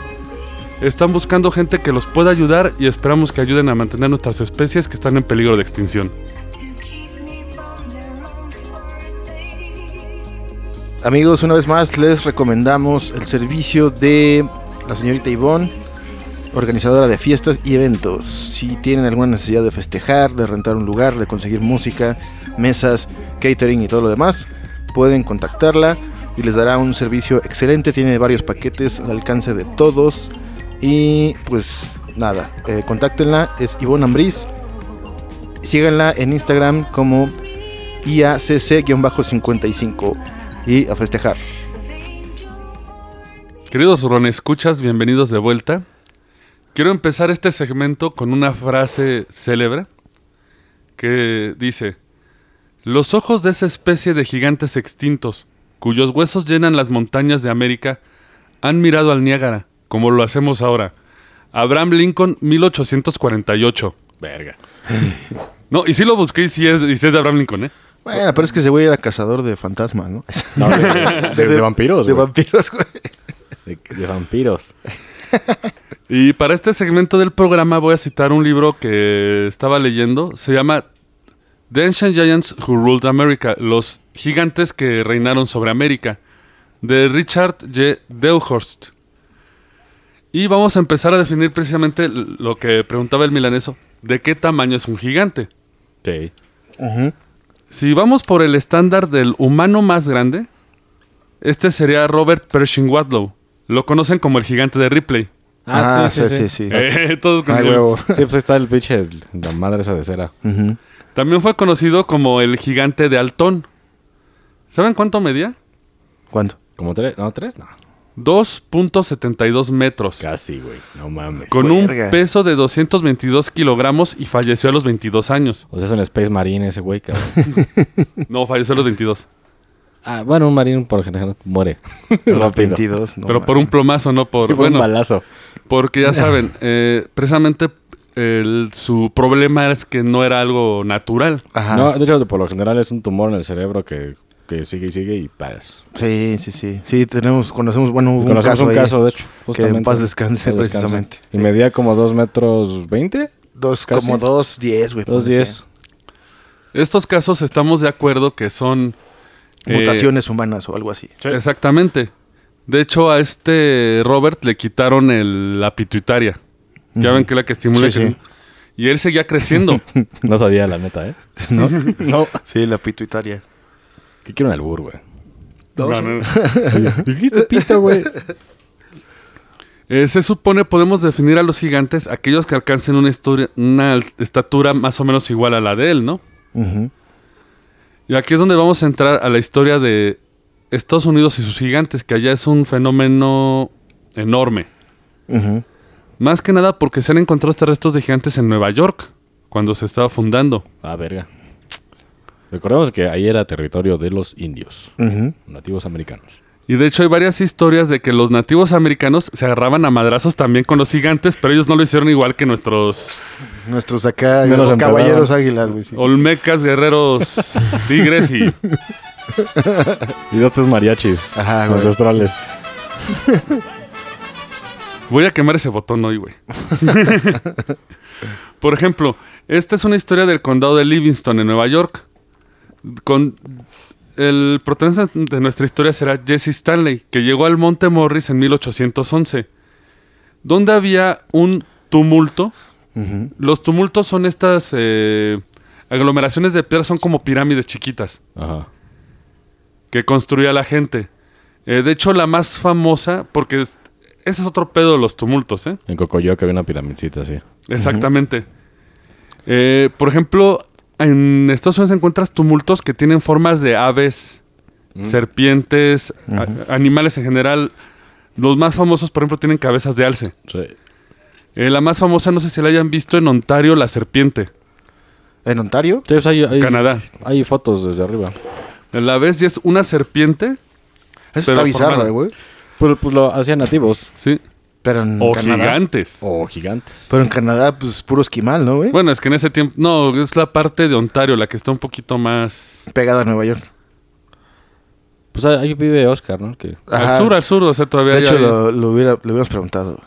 S2: Están buscando gente que los pueda ayudar y esperamos que ayuden a mantener nuestras especies que están en peligro de extinción.
S3: Amigos, una vez más les recomendamos el servicio de la señorita Ivonne, organizadora de fiestas y eventos. Si tienen alguna necesidad de festejar, de rentar un lugar, de conseguir música, mesas, catering y todo lo demás, pueden contactarla y les dará un servicio excelente. Tiene varios paquetes al alcance de todos. Y pues nada, eh, contáctenla, es Ivonne Ambriz. Síganla en Instagram como IACC-55 y a festejar.
S2: Queridos Ron, escuchas, bienvenidos de vuelta. Quiero empezar este segmento con una frase célebre que dice, los ojos de esa especie de gigantes extintos, cuyos huesos llenan las montañas de América, han mirado al Niágara, como lo hacemos ahora. Abraham Lincoln, 1848.
S5: Verga.
S2: No, y sí lo busqué y sí es, y sí es de Abraham Lincoln, ¿eh?
S3: Bueno, pero es que ese güey era cazador de
S2: *laughs*
S3: fantasmas, ¿no?
S5: No, de, *laughs* de- de vampiros,
S3: De
S5: güey.
S3: vampiros, güey.
S5: De- de vampiros.
S2: Y para este segmento del programa voy a citar un libro que estaba leyendo. Se llama The Ancient Giants Who Ruled America, Los Gigantes que Reinaron sobre América, de Richard J. Deuhorst. Y vamos a empezar a definir precisamente l- lo que preguntaba el milaneso, ¿de qué tamaño es un gigante?
S5: Sí.
S2: Si vamos por el estándar del humano más grande, este sería Robert Pershing Wadlow. Lo conocen como el gigante de Ripley.
S3: Ah, sí, sí, sí.
S2: Eh, *laughs* todos
S3: Ay,
S2: conocen-
S3: huevo.
S5: Sí, pues ahí está el pinche, el- la madre esa de cera.
S3: Ujú.
S2: También fue conocido como el gigante de Altón. ¿Saben cuánto medía? *laughs*
S3: ¿Cuánto?
S5: ¿Como tres? No, tres, no.
S2: 2.72 metros.
S5: Casi, güey. No mames.
S2: Con
S3: Verga.
S2: un peso de 222 kilogramos y falleció a los 22 años.
S5: O sea, es un Space Marine ese güey, cabrón. *laughs*
S2: No, falleció a los 22.
S5: Ah, bueno, un marine por general
S3: *laughs*
S5: muere. Rápido.
S3: 22, *laughs* no
S2: pero
S3: mames.
S2: por un plomazo, no por...
S5: Sí, fue un
S2: bueno,
S5: balazo.
S2: porque ya
S3: *laughs*
S2: saben, eh, precisamente el- su problema es que no era algo natural.
S3: Ajá.
S5: No, de hecho, por lo general es un tumor en el cerebro que, que sigue y sigue y paras.
S3: Sí, sí, sí. Sí, tenemos, conocemos, bueno, hubo un
S5: Conocemos
S3: caso,
S5: un
S3: ahí.
S5: caso, de hecho.
S3: que en paz descanse,
S5: Que descanse.
S3: precisamente.
S5: Y medía como 2 metros 20,
S3: Dos,
S5: Casi.
S3: como dos, diez, güey.
S5: 2
S3: ponle
S5: 10.
S2: Estos casos estamos de acuerdo que son...
S3: así.
S2: eh,
S3: Mutaciones humanas o algo así.
S2: Exactamente. De hecho, a este Robert le quitaron el- la pituitaria. Ya ven que es la que estimula.
S3: Sí,
S2: que-
S3: sí.
S2: Y él seguía
S3: *laughs*
S2: creciendo.
S5: No sabía, la neta, ¿eh? No. *laughs* no.
S3: Sí, la pituitaria.
S5: ¿Qué quiero un albur, güey?
S3: No,
S2: No,
S3: sí.
S2: no, no.
S5: *laughs* Dijiste pito, güey.
S2: Eh, se supone podemos definir a los gigantes aquellos que alcancen una, historia- una al- estatura más o menos igual a la de él, ¿no?
S3: Ujú.
S2: Y aquí es donde vamos a entrar a la historia de Estados Unidos y sus gigantes, que allá es un fenómeno enorme.
S3: Ujú.
S2: Más que nada porque se han encontrado estos restos de gigantes en Nueva York, cuando se estaba fundando.
S5: Ah, verga. Recordemos que ahí era territorio de los indios,
S3: Ujú.
S5: nativos americanos.
S2: Y de hecho hay varias historias de que los nativos americanos se agarraban a madrazos también con los gigantes, pero ellos no lo hicieron igual que nuestros
S3: Nuestros acá,
S5: No los
S3: caballeros águilas, güey. sí.
S2: olmecas, guerreros, tigres y...
S5: Y dos, tres mariachis
S3: Ajá, güey.
S5: ancestrales.
S2: Voy a quemar ese botón hoy, güey. Por ejemplo, esta es una historia del condado de Livingston en Nueva York. Con el protagonista de nuestra historia será Jesse Stanley, que llegó al Monte Morris en 1811, donde había un tumulto.
S3: Ujú.
S2: Los tumultos son estas eh, aglomeraciones de piedras, son como pirámides chiquitas
S5: Ajá.
S2: que construía la gente. Eh, de hecho, la más famosa, porque es- ese es otro pedo de los tumultos, ¿eh?
S5: En Cocoyoc había una piramidcita así.
S2: Exactamente. Eh, por ejemplo, en Estados Unidos encuentras tumultos que tienen formas de aves, serpientes, a- animales en general. Los más famosos, por ejemplo, tienen cabezas de alce.
S5: Sí.
S2: Eh, la más famosa, no sé si la hayan visto en Ontario, la serpiente,
S3: ¿En Ontario?
S5: Sí, pues hay, hay-
S2: Canadá.
S5: hay fotos desde arriba.
S2: La ves y es una serpiente,
S3: Eso
S2: Pero
S3: está bizarro,
S2: formal.
S3: eh, güey.
S5: Pues, pues lo hacían nativos.
S2: ¿sí?
S3: Pero en
S2: O
S3: Canadá.
S2: gigantes.
S5: O gigantes.
S3: Pero en Canadá, pues puro esquimal, ¿no, güey?
S2: Bueno, es que en ese tiempo. No, es la parte de Ontario, la que está un poquito más.
S3: Pegada a Nueva York.
S5: Pues ahí vive Oscar, ¿no? Que
S3: Ajá.
S2: Al sur, al sur, o sea, todavía
S3: De
S2: hay-
S3: hecho,
S2: hay-
S3: lo, lo hubiera, lo hubiéramos preguntado.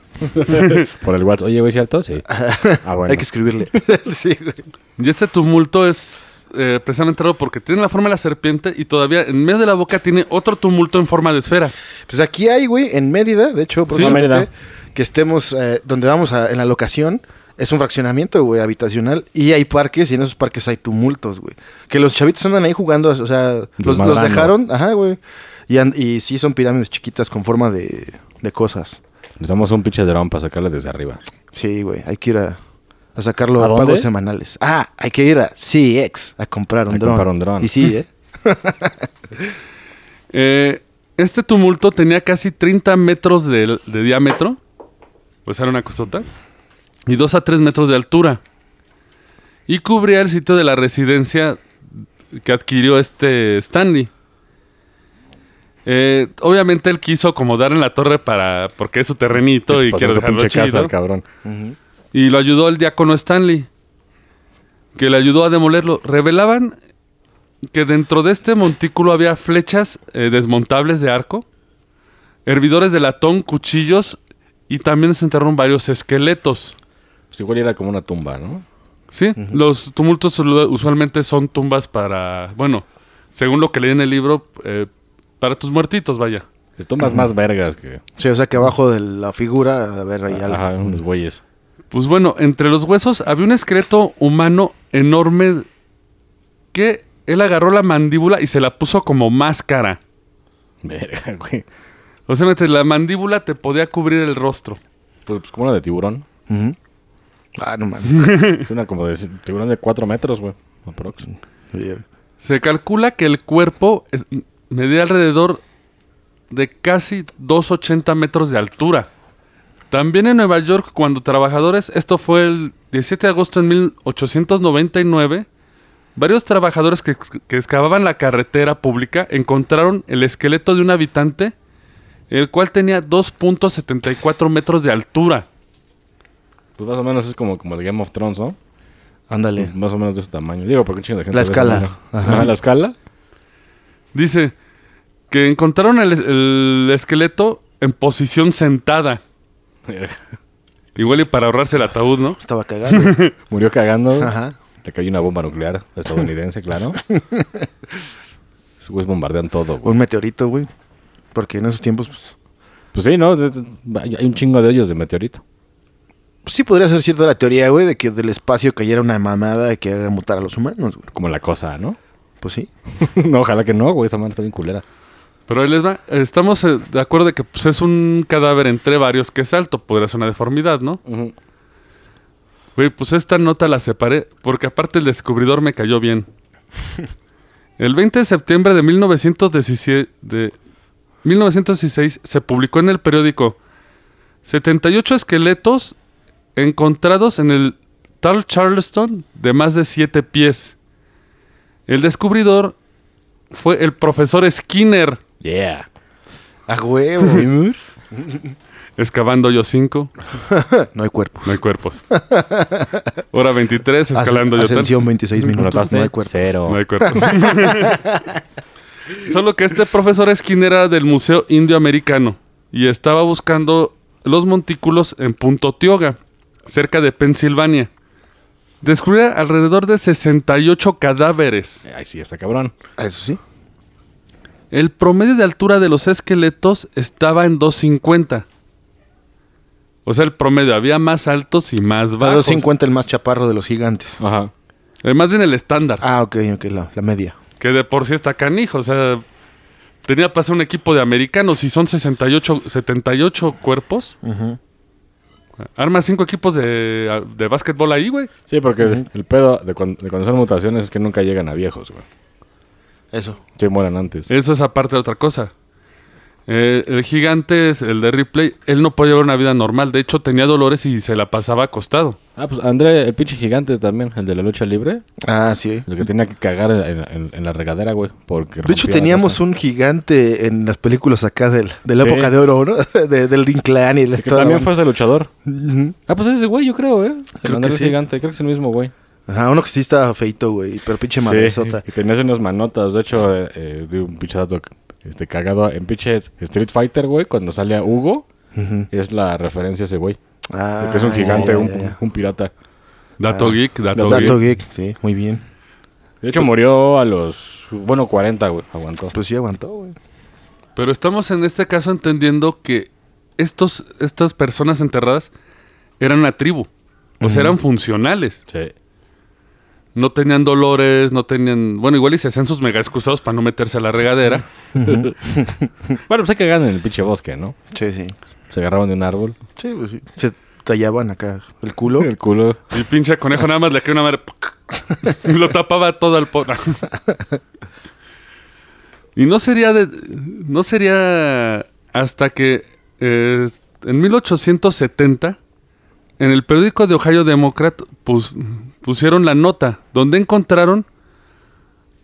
S5: por el WhatsApp. Oye, güey, ¿cierto? Sí. Ah, bueno.
S3: Hay que escribirle. *laughs* sí, güey.
S2: Y este tumulto es eh, precisamente raro porque tiene la forma de la serpiente y todavía en medio de la boca tiene otro tumulto en forma de esfera.
S3: Pues aquí hay, güey, en Mérida, de hecho, próximamente,
S5: Ah, Mérida.
S3: que estemos eh, donde vamos a- en la locación. Es un fraccionamiento, güey, habitacional. Y hay parques, y en esos parques hay tumultos, güey. Que los chavitos andan ahí jugando, o sea, los, los
S5: Pues Desmadrando.
S3: dejaron, ajá, güey. Y, an- y sí son pirámides chiquitas con forma de, de cosas.
S5: Necesitamos un pinche dron para sacarla desde arriba.
S3: Sí, güey, hay que ir a, a sacarlo
S5: ¿A
S3: a,
S5: dónde?
S3: pagos semanales. Ah, hay que ir a CX a comprar un
S5: A
S3: dron.
S5: comprar un dron.
S3: Y sí,
S5: *laughs*
S3: ¿eh?
S2: Eh, este tumulto tenía casi 30 metros de, de diámetro, pues era una cosota, y 2 a 3 metros de altura. Y cubría el sitio de la residencia que adquirió este Stanley. Eh, obviamente él quiso acomodar en la torre para porque es su terrenito y
S5: Pasó
S2: quiere
S5: su
S2: dejarlo
S5: pinche casa,
S2: chido.
S5: el cabrón.
S2: Y lo ayudó el diácono Stanley, que le ayudó a demolerlo. Revelaban que dentro de este montículo había flechas eh, desmontables de arco, hervidores de latón, cuchillos y también se enterraron varios esqueletos.
S5: Pues igual era como una tumba, ¿no?
S2: ¿Sí? Los tumultos usu- usualmente son tumbas para, bueno, según lo que leí en el libro, eh, para tus muertitos, vaya.
S5: Es tumbas más vergas que...
S3: Sí, o sea que abajo de la figura, a ver, ahí algo.
S5: Ajá, unos güeyes.
S2: Pues bueno, entre los huesos había un esqueleto humano enorme que él agarró la mandíbula y se la puso como máscara.
S5: Verga, *laughs* güey.
S2: O sea, mete, la mandíbula te podía cubrir el rostro.
S5: Pues, pues como una de tiburón.
S3: Ujú. Ah, no
S5: *laughs*
S3: mames.
S5: Es una como de tiburón de 4 metros, güey. Aprox.
S3: Bien.
S2: Se calcula que el cuerpo es- medía alrededor de casi 2,80 metros de altura. También en Nueva York, cuando trabajadores, esto fue el 17 de agosto de 1899, varios trabajadores que, ex- que excavaban la carretera pública encontraron el esqueleto de un habitante, el cual tenía 2.74 metros de altura.
S5: Pues más o menos es como, como el Game of Thrones, ¿no?
S3: Ándale.
S5: Más o menos de ese tamaño. Digo, porque un chingo de gente...
S3: La
S5: ve ese
S3: escala.
S5: tamaño.
S3: Ajá.
S5: Ajá, La escala.
S2: Dice que encontraron el, el esqueleto en posición sentada.
S5: Verga.
S2: Igual y para ahorrarse el ataúd, ¿no?
S3: Estaba cagado.
S5: *laughs* Murió cagando.
S3: Ajá.
S5: Le cayó una bomba nuclear
S3: *laughs*
S5: estadounidense, claro. Esos güeyes bombardean todo, güey.
S3: Un meteorito, güey. Porque en esos tiempos, pues.
S5: Pues sí, ¿no? De- de- Hay hay un chingo de ellos de meteorito.
S3: pues sí podría ser cierta la teoría, güey, de que del espacio cayera una mamada que haga mutar a los humanos, güey.
S5: Como la cosa, ¿no? *laughs*
S3: Pues sí.
S5: no, ojalá que no, güey. Esa madre está bien culera.
S2: Pero ahí les va. Estamos eh, de acuerdo de que pues, es un cadáver entre varios que es alto. Podría ser una deformidad, ¿no? Güey, pues esta nota la separé porque aparte el descubridor me cayó bien. El 20 de septiembre de 1917 de 1916 se publicó en el periódico 78 esqueletos encontrados en el tal Charleston de más de 7 pies. El descubridor fue el profesor Skinner,
S5: Yeah.
S3: A
S5: *laughs*
S3: huevo.
S2: excavando yo 5,
S3: no hay cuerpos.
S2: no hay cuerpos. Hora 23, escalando yo
S3: Asc-
S2: 3.
S3: Ascensión 26 minutos.
S5: ¿Notaste?
S3: No hay cuerpos.
S5: Cero.
S2: No hay cuerpo. *laughs* Solo que este profesor Skinner era del Museo Indio Americano y estaba buscando los montículos en Punto Tioga, cerca de Pensilvania. Descubrió alrededor de 68 cadáveres.
S5: Ay, sí, está cabrón.
S3: Ah, Eso sí.
S2: El promedio de altura de los esqueletos estaba en 250. O sea, el promedio había más altos y más
S3: A
S2: bajos.
S3: 250 el más chaparro de los gigantes.
S5: Ajá.
S2: Eh, más bien el estándar,
S3: Ah, ok, ok, la, la media.
S2: que de por sí está canijo. O sea, tenía para ser un equipo de americanos y son 68, 78 cuerpos. Arma cinco equipos de, de básquetbol ahí, güey.
S5: Sí, porque el pedo de, cuan- de cuando son mutaciones es que nunca llegan a viejos, güey.
S3: Eso.
S5: Sí, mueran antes.
S2: Eso es aparte de otra cosa. Eh, el gigante, es el de Ripley, él no podía llevar una vida normal. De hecho, tenía dolores y se la pasaba acostado.
S5: Ah, pues André, el pinche gigante también, el de la lucha libre.
S3: Ah, sí.
S5: El que tenía que cagar en, en- en la regadera, güey. Porque
S3: De hecho, teníamos un gigante en las películas acá del- de la
S5: Sí.
S3: época de oro, ¿no? *laughs* De- del Ring Clan y de
S5: Que
S3: toda la
S5: también
S3: banda.
S5: fue ese luchador.
S3: Ujú.
S5: Ah, pues ese güey, yo creo, ¿eh? El
S3: Creo que
S5: Andrés
S3: sí.
S5: Gigante, creo que es el mismo güey.
S3: Ajá, uno que sí estaba feito, güey, pero pinche madresota.
S5: Y tenías unas manotas, de hecho, eh, eh, di un pinche dato que
S4: Este cagado en pinche Street Fighter, güey, cuando sale a Hugo, es la referencia a ese güey.
S3: Ah,
S4: que es un
S3: ya,
S4: gigante,
S3: ya,
S4: un,
S3: ya, ya.
S4: un pirata.
S2: Dato
S3: Ah.
S2: geek, dato,
S3: Dato,
S2: geek.
S3: geek. Sí, muy bien.
S4: De De hecho,
S5: Tú-
S4: murió a los, bueno, 40, güey, aguantó.
S3: Pues sí aguantó, güey.
S2: Pero estamos en este caso entendiendo que estos, estas personas enterradas eran la tribu. O sea, eran funcionales.
S4: Sí.
S2: No tenían dolores, no tenían... Bueno, igual y se hacían sus mega excusados para no meterse a la regadera.
S4: Bueno, pues se cagaban en el pinche bosque, ¿no?
S3: Sí, sí.
S4: Se agarraban de un árbol,
S3: Sí, pues sí. Se tallaban acá el culo.
S4: el culo.
S2: El pinche conejo nada más le cae una madre. *laughs* Y lo tapaba todo al po. *laughs* y no sería de. No sería hasta que. eh, en 1870. En el periódico de Ohio Democrat pus- pusieron la nota donde encontraron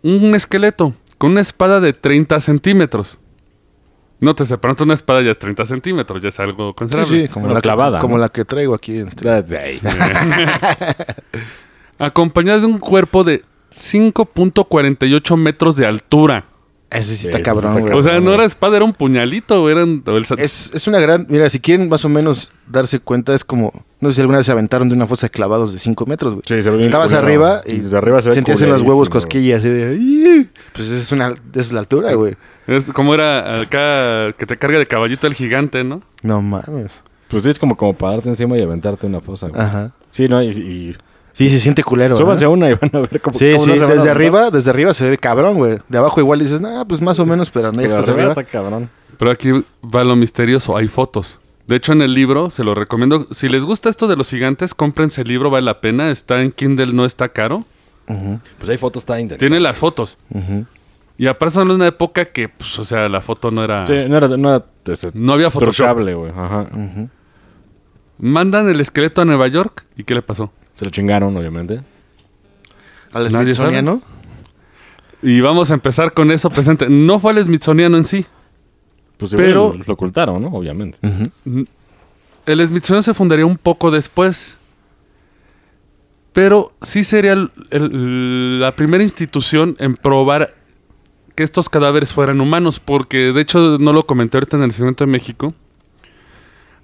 S2: un esqueleto con una espada de 30 centímetros. No te pronto una espada ya es 30 centímetros, ya es algo
S3: Sí,
S2: considerable.
S3: sí, como,
S4: Bueno,
S3: la,
S4: clavada,
S3: como
S4: ¿no?
S3: la que traigo aquí. este.
S4: That's it.
S2: acompañado de un cuerpo de 5.48 metros de altura.
S3: Ese sí
S4: Sí,
S3: está
S4: ese
S3: cabrón,
S4: está
S3: güey.
S2: O sea, no era espada, era un puñalito, güey, eran o el sa-
S3: Es, es una gran. Mira, si quieren más o menos darse cuenta, es como. No sé si alguna vez se aventaron de una fosa de clavados de 5 metros, güey.
S4: Sí, se ve bien
S3: Estabas
S4: culero.
S3: arriba y,
S4: Desde arriba se ve
S3: sentías en los
S4: culerísimo,
S3: huevos
S4: güey.
S3: cosquillas. así de, "Ih". Pues esa es, una, esa es la altura, güey.
S2: es como era acá que te carga de caballito el gigante, ¿no?
S3: No mames.
S4: Pues sí, es como, como pararte encima y aventarte una fosa, güey.
S3: Ajá.
S4: Sí, ¿no? Y, y-
S3: Sí, se siente culero. ¿no?
S4: súbanse a una y van a ver cómo
S3: Sí,
S4: cómo
S3: sí,
S4: no se van a
S3: desde
S4: aventar.
S3: arriba, desde arriba se ve cabrón, güey. De abajo igual dices, nah, pues más o menos, pero no
S4: Pero
S3: llegas hasta
S4: arriba
S3: arriba.
S4: está cabrón.
S2: Pero aquí va lo misterioso, hay fotos. De hecho, en el libro, se lo recomiendo. Si les gusta esto de los gigantes, cómprense el libro, vale la pena. Está en Kindle, no está caro.
S4: Pues hay fotos tan interesantes.
S2: Tiene las fotos. Y aparte son de una época que, pues, o sea, la foto no era...
S4: Sí, no era, no era este,
S2: No había Photoshop.
S4: trucable, güey. Ajá.
S2: Mandan el esqueleto a Nueva York. ¿Y qué le pasó?
S4: Se lo chingaron, obviamente.
S3: Al
S2: Nadie
S3: Smithsoniano.
S2: Y vamos a empezar con eso presente. No fue el Smithsoniano en sí.
S4: Pues
S2: Pero-
S4: Pero... Lo ocultaron, ¿no? Obviamente.
S3: Ujú.
S2: El Smithsonian se fundaría un poco después. Pero sí sería el- el- la primera institución en probar que estos cadáveres fueran humanos. Porque de hecho no lo comenté ahorita en el segmento de México.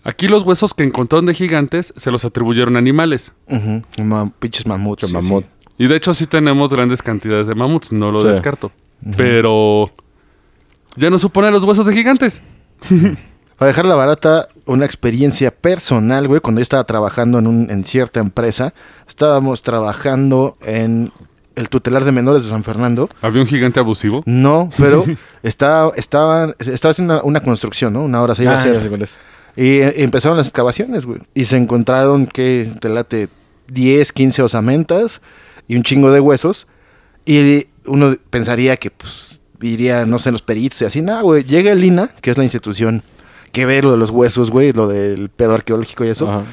S2: Aquí los huesos que encontraron de gigantes se los atribuyeron a animales.
S3: Ujú. Ma- pinches mamuts. sí,
S4: mamut.
S3: sí.
S2: Y de hecho sí tenemos grandes cantidades de mamuts, no lo
S4: Sí.
S2: descarto. Pero ya no supone los huesos de gigantes.
S3: Para dejar la barata, una experiencia personal, güey, cuando yo estaba trabajando en, un, en cierta empresa, estábamos trabajando en el tutelar de menores de San Fernando.
S2: Había un gigante abusivo.
S3: No,
S4: *laughs*
S3: pero estaba, estaban, estaba haciendo una, una construcción, ¿no? Una hora se iba a
S4: Ah,
S3: hacer.
S4: ya sé cuál es.
S3: Y eh, empezaron las excavaciones, güey. Y se encontraron que te late 10, 15 osamentas y un chingo de huesos. Y uno pensaría que, pues, iría, no sé, los peritos y así. Nada, güey. Llega el INA, que es la institución que ve lo de los huesos, güey, lo del pedo arqueológico y eso.
S4: Ajá.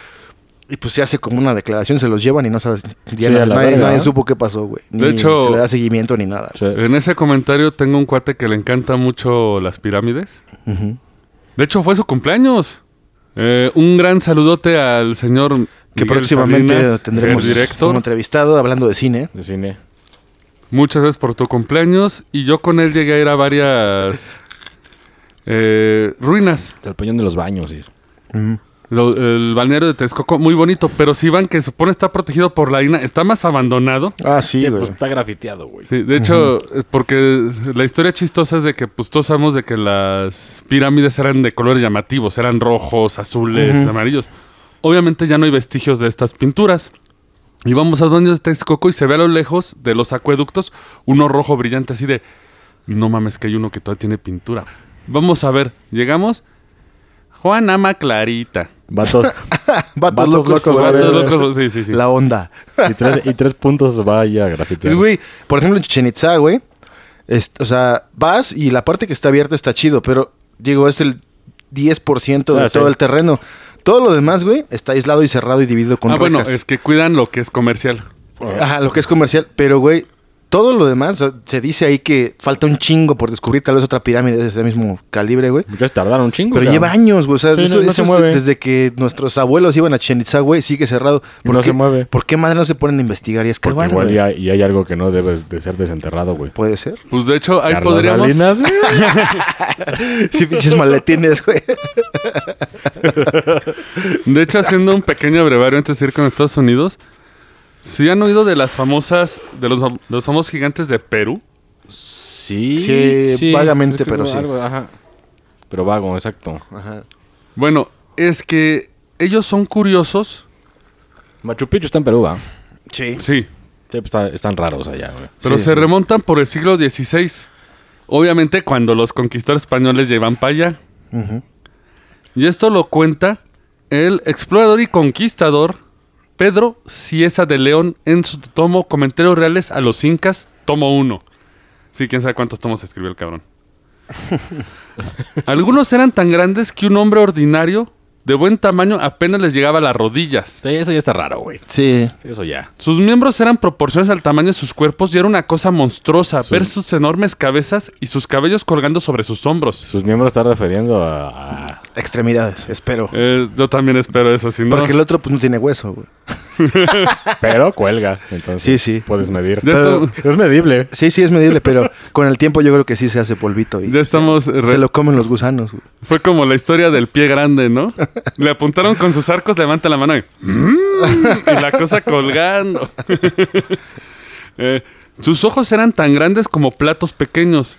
S3: Y pues se hace como una declaración, se los llevan y no sabes. ya
S4: Sí,
S3: na-
S4: a la
S3: nadie,
S4: verga,
S3: nadie
S4: ¿no?
S3: supo qué pasó, güey.
S2: De
S3: Ni
S2: hecho-
S3: se le da seguimiento ni nada.
S4: Sí.
S2: Eh, En ese comentario tengo un cuate que le encanta mucho las pirámides.
S3: Ujú.
S2: De hecho, fue su cumpleaños. Eh, un gran saludote al señor
S3: Que
S2: Miguel
S3: próximamente
S2: Salinas,
S3: tendremos
S2: el
S3: como
S2: director.
S3: entrevistado hablando de cine.
S4: De cine.
S2: Muchas gracias por tu cumpleaños. Y yo con él llegué a ir a varias eh, ruinas.
S4: El peñón de los baños. y-
S2: Lo- el balneario de Texcoco, muy bonito. Pero si van, que supone está protegido por la INA, está más abandonado.
S3: Ah, sí,
S4: Sí,
S3: güey.
S4: pues está grafiteado, güey.
S2: Sí, de hecho, eh, porque la historia chistosa es de que pues todos sabemos de que las pirámides eran de colores llamativos, eran rojos, azules, amarillos. Obviamente ya no hay vestigios de estas pinturas. Y vamos a Dueños de Texcoco y se ve a lo lejos de los acueductos uno rojo brillante así de... No mames que hay uno que todavía tiene pintura. Vamos a ver, llegamos. Juan ama clarita.
S4: Vatos.
S3: Vatos
S4: Vatos
S3: locos,
S4: locos,
S3: forever.
S2: Vatos locos, sí, sí, sí.
S3: La onda.
S4: y, tres, y tres puntos vaya
S3: Pues,
S4: grafiteado.
S3: güey, por ejemplo, en Chichen Itza, güey, es- o sea, vas y la parte que está abierta está chido, pero digo, es el 10% de
S4: Ah, sí.
S3: todo el terreno. Todo lo demás, güey, está aislado y cerrado y dividido con
S2: ah, bueno,
S3: rejas.
S4: ah.
S2: es que cuidan lo que es comercial.
S3: Ajá, lo que es comercial, pero güey, todo lo demás, o sea, se dice ahí que falta un chingo por descubrir tal vez otra pirámide de ese mismo calibre, güey.
S4: Muchachos tardaron un chingo.
S3: Pero
S4: cabrón.
S3: lleva años, güey. O sea,
S4: Sí,
S3: eso,
S4: no- no
S3: eso
S4: se
S3: es-
S4: mueve.
S3: desde que nuestros abuelos iban a Chichen Itza, güey, sigue cerrado.
S4: Y no se mueve.
S3: ¿Por qué madre no se ponen a investigar y es que
S4: Porque
S3: bueno,
S4: igual
S3: güey,
S4: y hay, y hay algo que no debe de ser desenterrado, güey.
S3: puede ser?
S2: Pues de hecho, ahí
S4: Carlos
S2: podríamos.
S4: Salinas,
S3: *laughs* Sí, pinches maletines, güey.
S2: De hecho, haciendo un pequeño brevario antes de ir con Estados Unidos. Si han oído de las famosas, de los, de los famosos gigantes de Perú.
S4: Sí,
S3: Sí, vagamente, pero sí.
S4: algo, ajá.
S5: Pero vago, exacto.
S3: Ajá.
S2: Bueno, es que ellos son curiosos.
S5: Machu Picchu está en Perú, ¿va?
S3: Sí.
S2: Sí,
S5: Sí, pues está- están raros allá, güey.
S2: pero
S3: Sí,
S2: se
S3: sí.
S2: remontan por el siglo XVI. Obviamente cuando los conquistadores españoles llevan para allá.
S3: Ujú.
S2: Y esto lo cuenta el explorador y conquistador Pedro Cieza de León en su tomo Comentarios Reales a los Incas, tomo 1. Sí, quién sabe cuántos tomos escribió el
S3: *laughs*
S2: cabrón. Algunos eran tan grandes que un hombre ordinario de buen tamaño apenas les llegaba a las rodillas.
S5: Sí, eso ya está raro, güey.
S3: Sí.
S5: Eso ya.
S2: Sus miembros eran proporciones al tamaño de sus cuerpos y era una cosa monstruosa ver sus enormes cabezas y sus cabellos colgando sobre sus hombros.
S5: Sus miembros están refiriendo a... *laughs* a-
S3: Extremidades, espero.
S2: Eh, yo también espero eso, si no...
S3: Porque el otro pues no tiene hueso, güey.
S5: Pero cuelga, entonces.
S3: Sí, sí.
S5: Puedes medir.
S2: Ya *laughs* esto-
S5: Es medible.
S3: Sí, sí, es medible, pero con el tiempo yo creo que sí se hace polvito y
S2: Ya estamos... re-
S3: se lo comen los gusanos, güey.
S2: Fue como la historia del pie grande, ¿no? Le apuntaron con sus arcos, levanta la mano y... "Mm", y la cosa colgando. *laughs* Eh, sus ojos eran tan grandes como platos pequeños.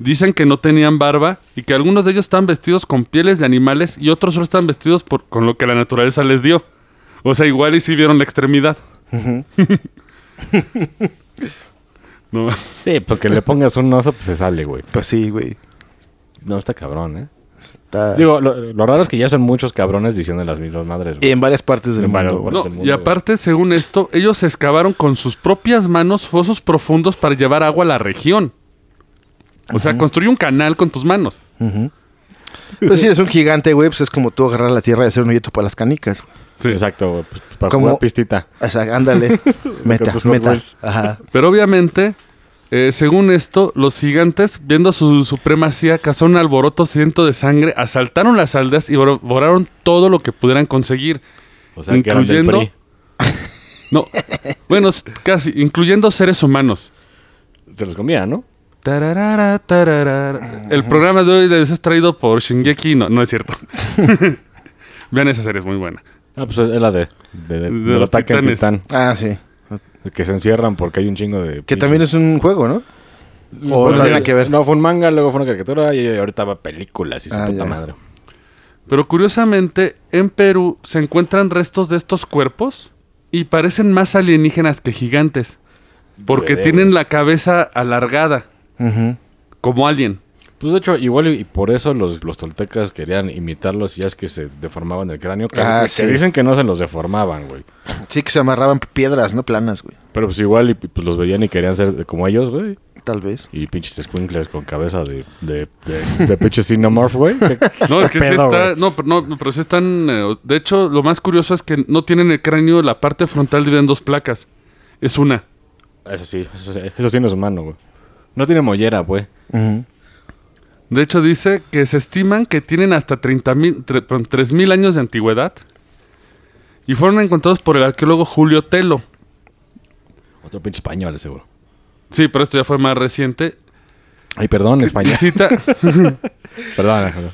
S2: Dicen que no tenían barba y que algunos de ellos están vestidos con pieles de animales y otros solo están vestidos por, con lo que la naturaleza les dio. O sea, igual y sí vieron la extremidad. *laughs* no,
S5: Sí, porque le pongas un oso, pues se sale, güey.
S3: Pues sí, güey.
S5: No, está cabrón, ¿eh?
S3: Está
S5: Digo, lo, lo raro es que ya son muchos cabrones diciendo las mismas madres, güey.
S3: en varias partes del
S5: En varias-
S3: mundo, güey.
S2: No,
S5: del mundo,
S2: y aparte, según esto, ellos excavaron con sus propias manos fosos profundos para llevar agua a la región. O sea, construye un canal con tus manos.
S3: Pues sí, es un gigante, güey, pues es como tú agarrar la tierra y hacer un hoyito para las canicas. güey.
S2: Sí.
S5: Exacto, güey. Pues, para
S3: Como-
S5: jugar pistita.
S3: O sea,
S5: *laughs*
S3: ándale. meta,
S5: tus Hot
S3: meta.
S5: Wheels.
S3: Ajá.
S2: Pero obviamente, eh, según esto, los gigantes, viendo su supremacía, cazaron un alboroto sediento de sangre, asaltaron las aldeas y bor- borraron todo lo que pudieran conseguir.
S5: O sea, que eran
S2: incluyendo.
S5: del PRI.
S2: No, *laughs* bueno, s- casi, incluyendo seres humanos.
S5: Se los comía, ¿no?
S2: Tararara, tararara.
S5: Ah.
S2: El programa de hoy es traído por Shingeki. No, no es cierto. *laughs* Vean esa serie, es muy buena.
S5: Ah, pues es la de... De, de,
S2: De
S5: del
S2: los
S5: ataque en
S2: titanes.
S5: titán.
S3: Ah, sí.
S5: Que se encierran porque hay un chingo de...
S3: Que también es un juego, ¿no? O no
S5: Bueno,
S3: tiene
S5: sí,
S3: que ver.
S5: No, fue un manga, luego fue una caricatura y ahorita va películas y su
S3: Ah, ya.
S5: puta madre.
S2: Pero curiosamente, en Perú se encuentran restos de estos cuerpos y parecen más alienígenas que gigantes. Porque
S5: Bebé,
S2: tienen la cabeza alargada,
S3: Ujú.
S2: como alien.
S5: Pues de hecho, igual y y por eso los, los toltecas querían imitarlos y ya es que se deformaban el cráneo. Que,
S3: Ah,
S5: que
S3: sí.
S5: dicen que no se los deformaban, güey.
S3: Sí, que se amarraban piedras, ¿no? Planas, güey.
S5: Pero pues igual y pues los veían y querían ser como ellos, güey.
S3: Tal vez.
S5: Y pinches escuincles con cabeza de, de, de, de pinche
S2: *laughs*
S5: Cinemorph, güey. Que-
S2: No,
S5: *laughs*
S2: es que sí
S5: pedo,
S2: está.
S5: güey?
S2: No, pero, no, pero sí están. eh, de hecho, lo más curioso es que no tienen el cráneo, la parte frontal divide en dos placas. Es una.
S5: Eso sí, eso, sí- eso sí no es humano, güey. No tiene mollera, güey.
S3: Ujú.
S2: De hecho, dice que se estiman que tienen hasta 30.000 tre- perdón, 3.000 años de antigüedad y fueron encontrados por el arqueólogo Julio Telo.
S5: Otro pinche español, de seguro.
S2: Sí, pero esto ya fue más reciente.
S5: Ay, perdón, español.
S2: Y cita,
S5: perdón. güey.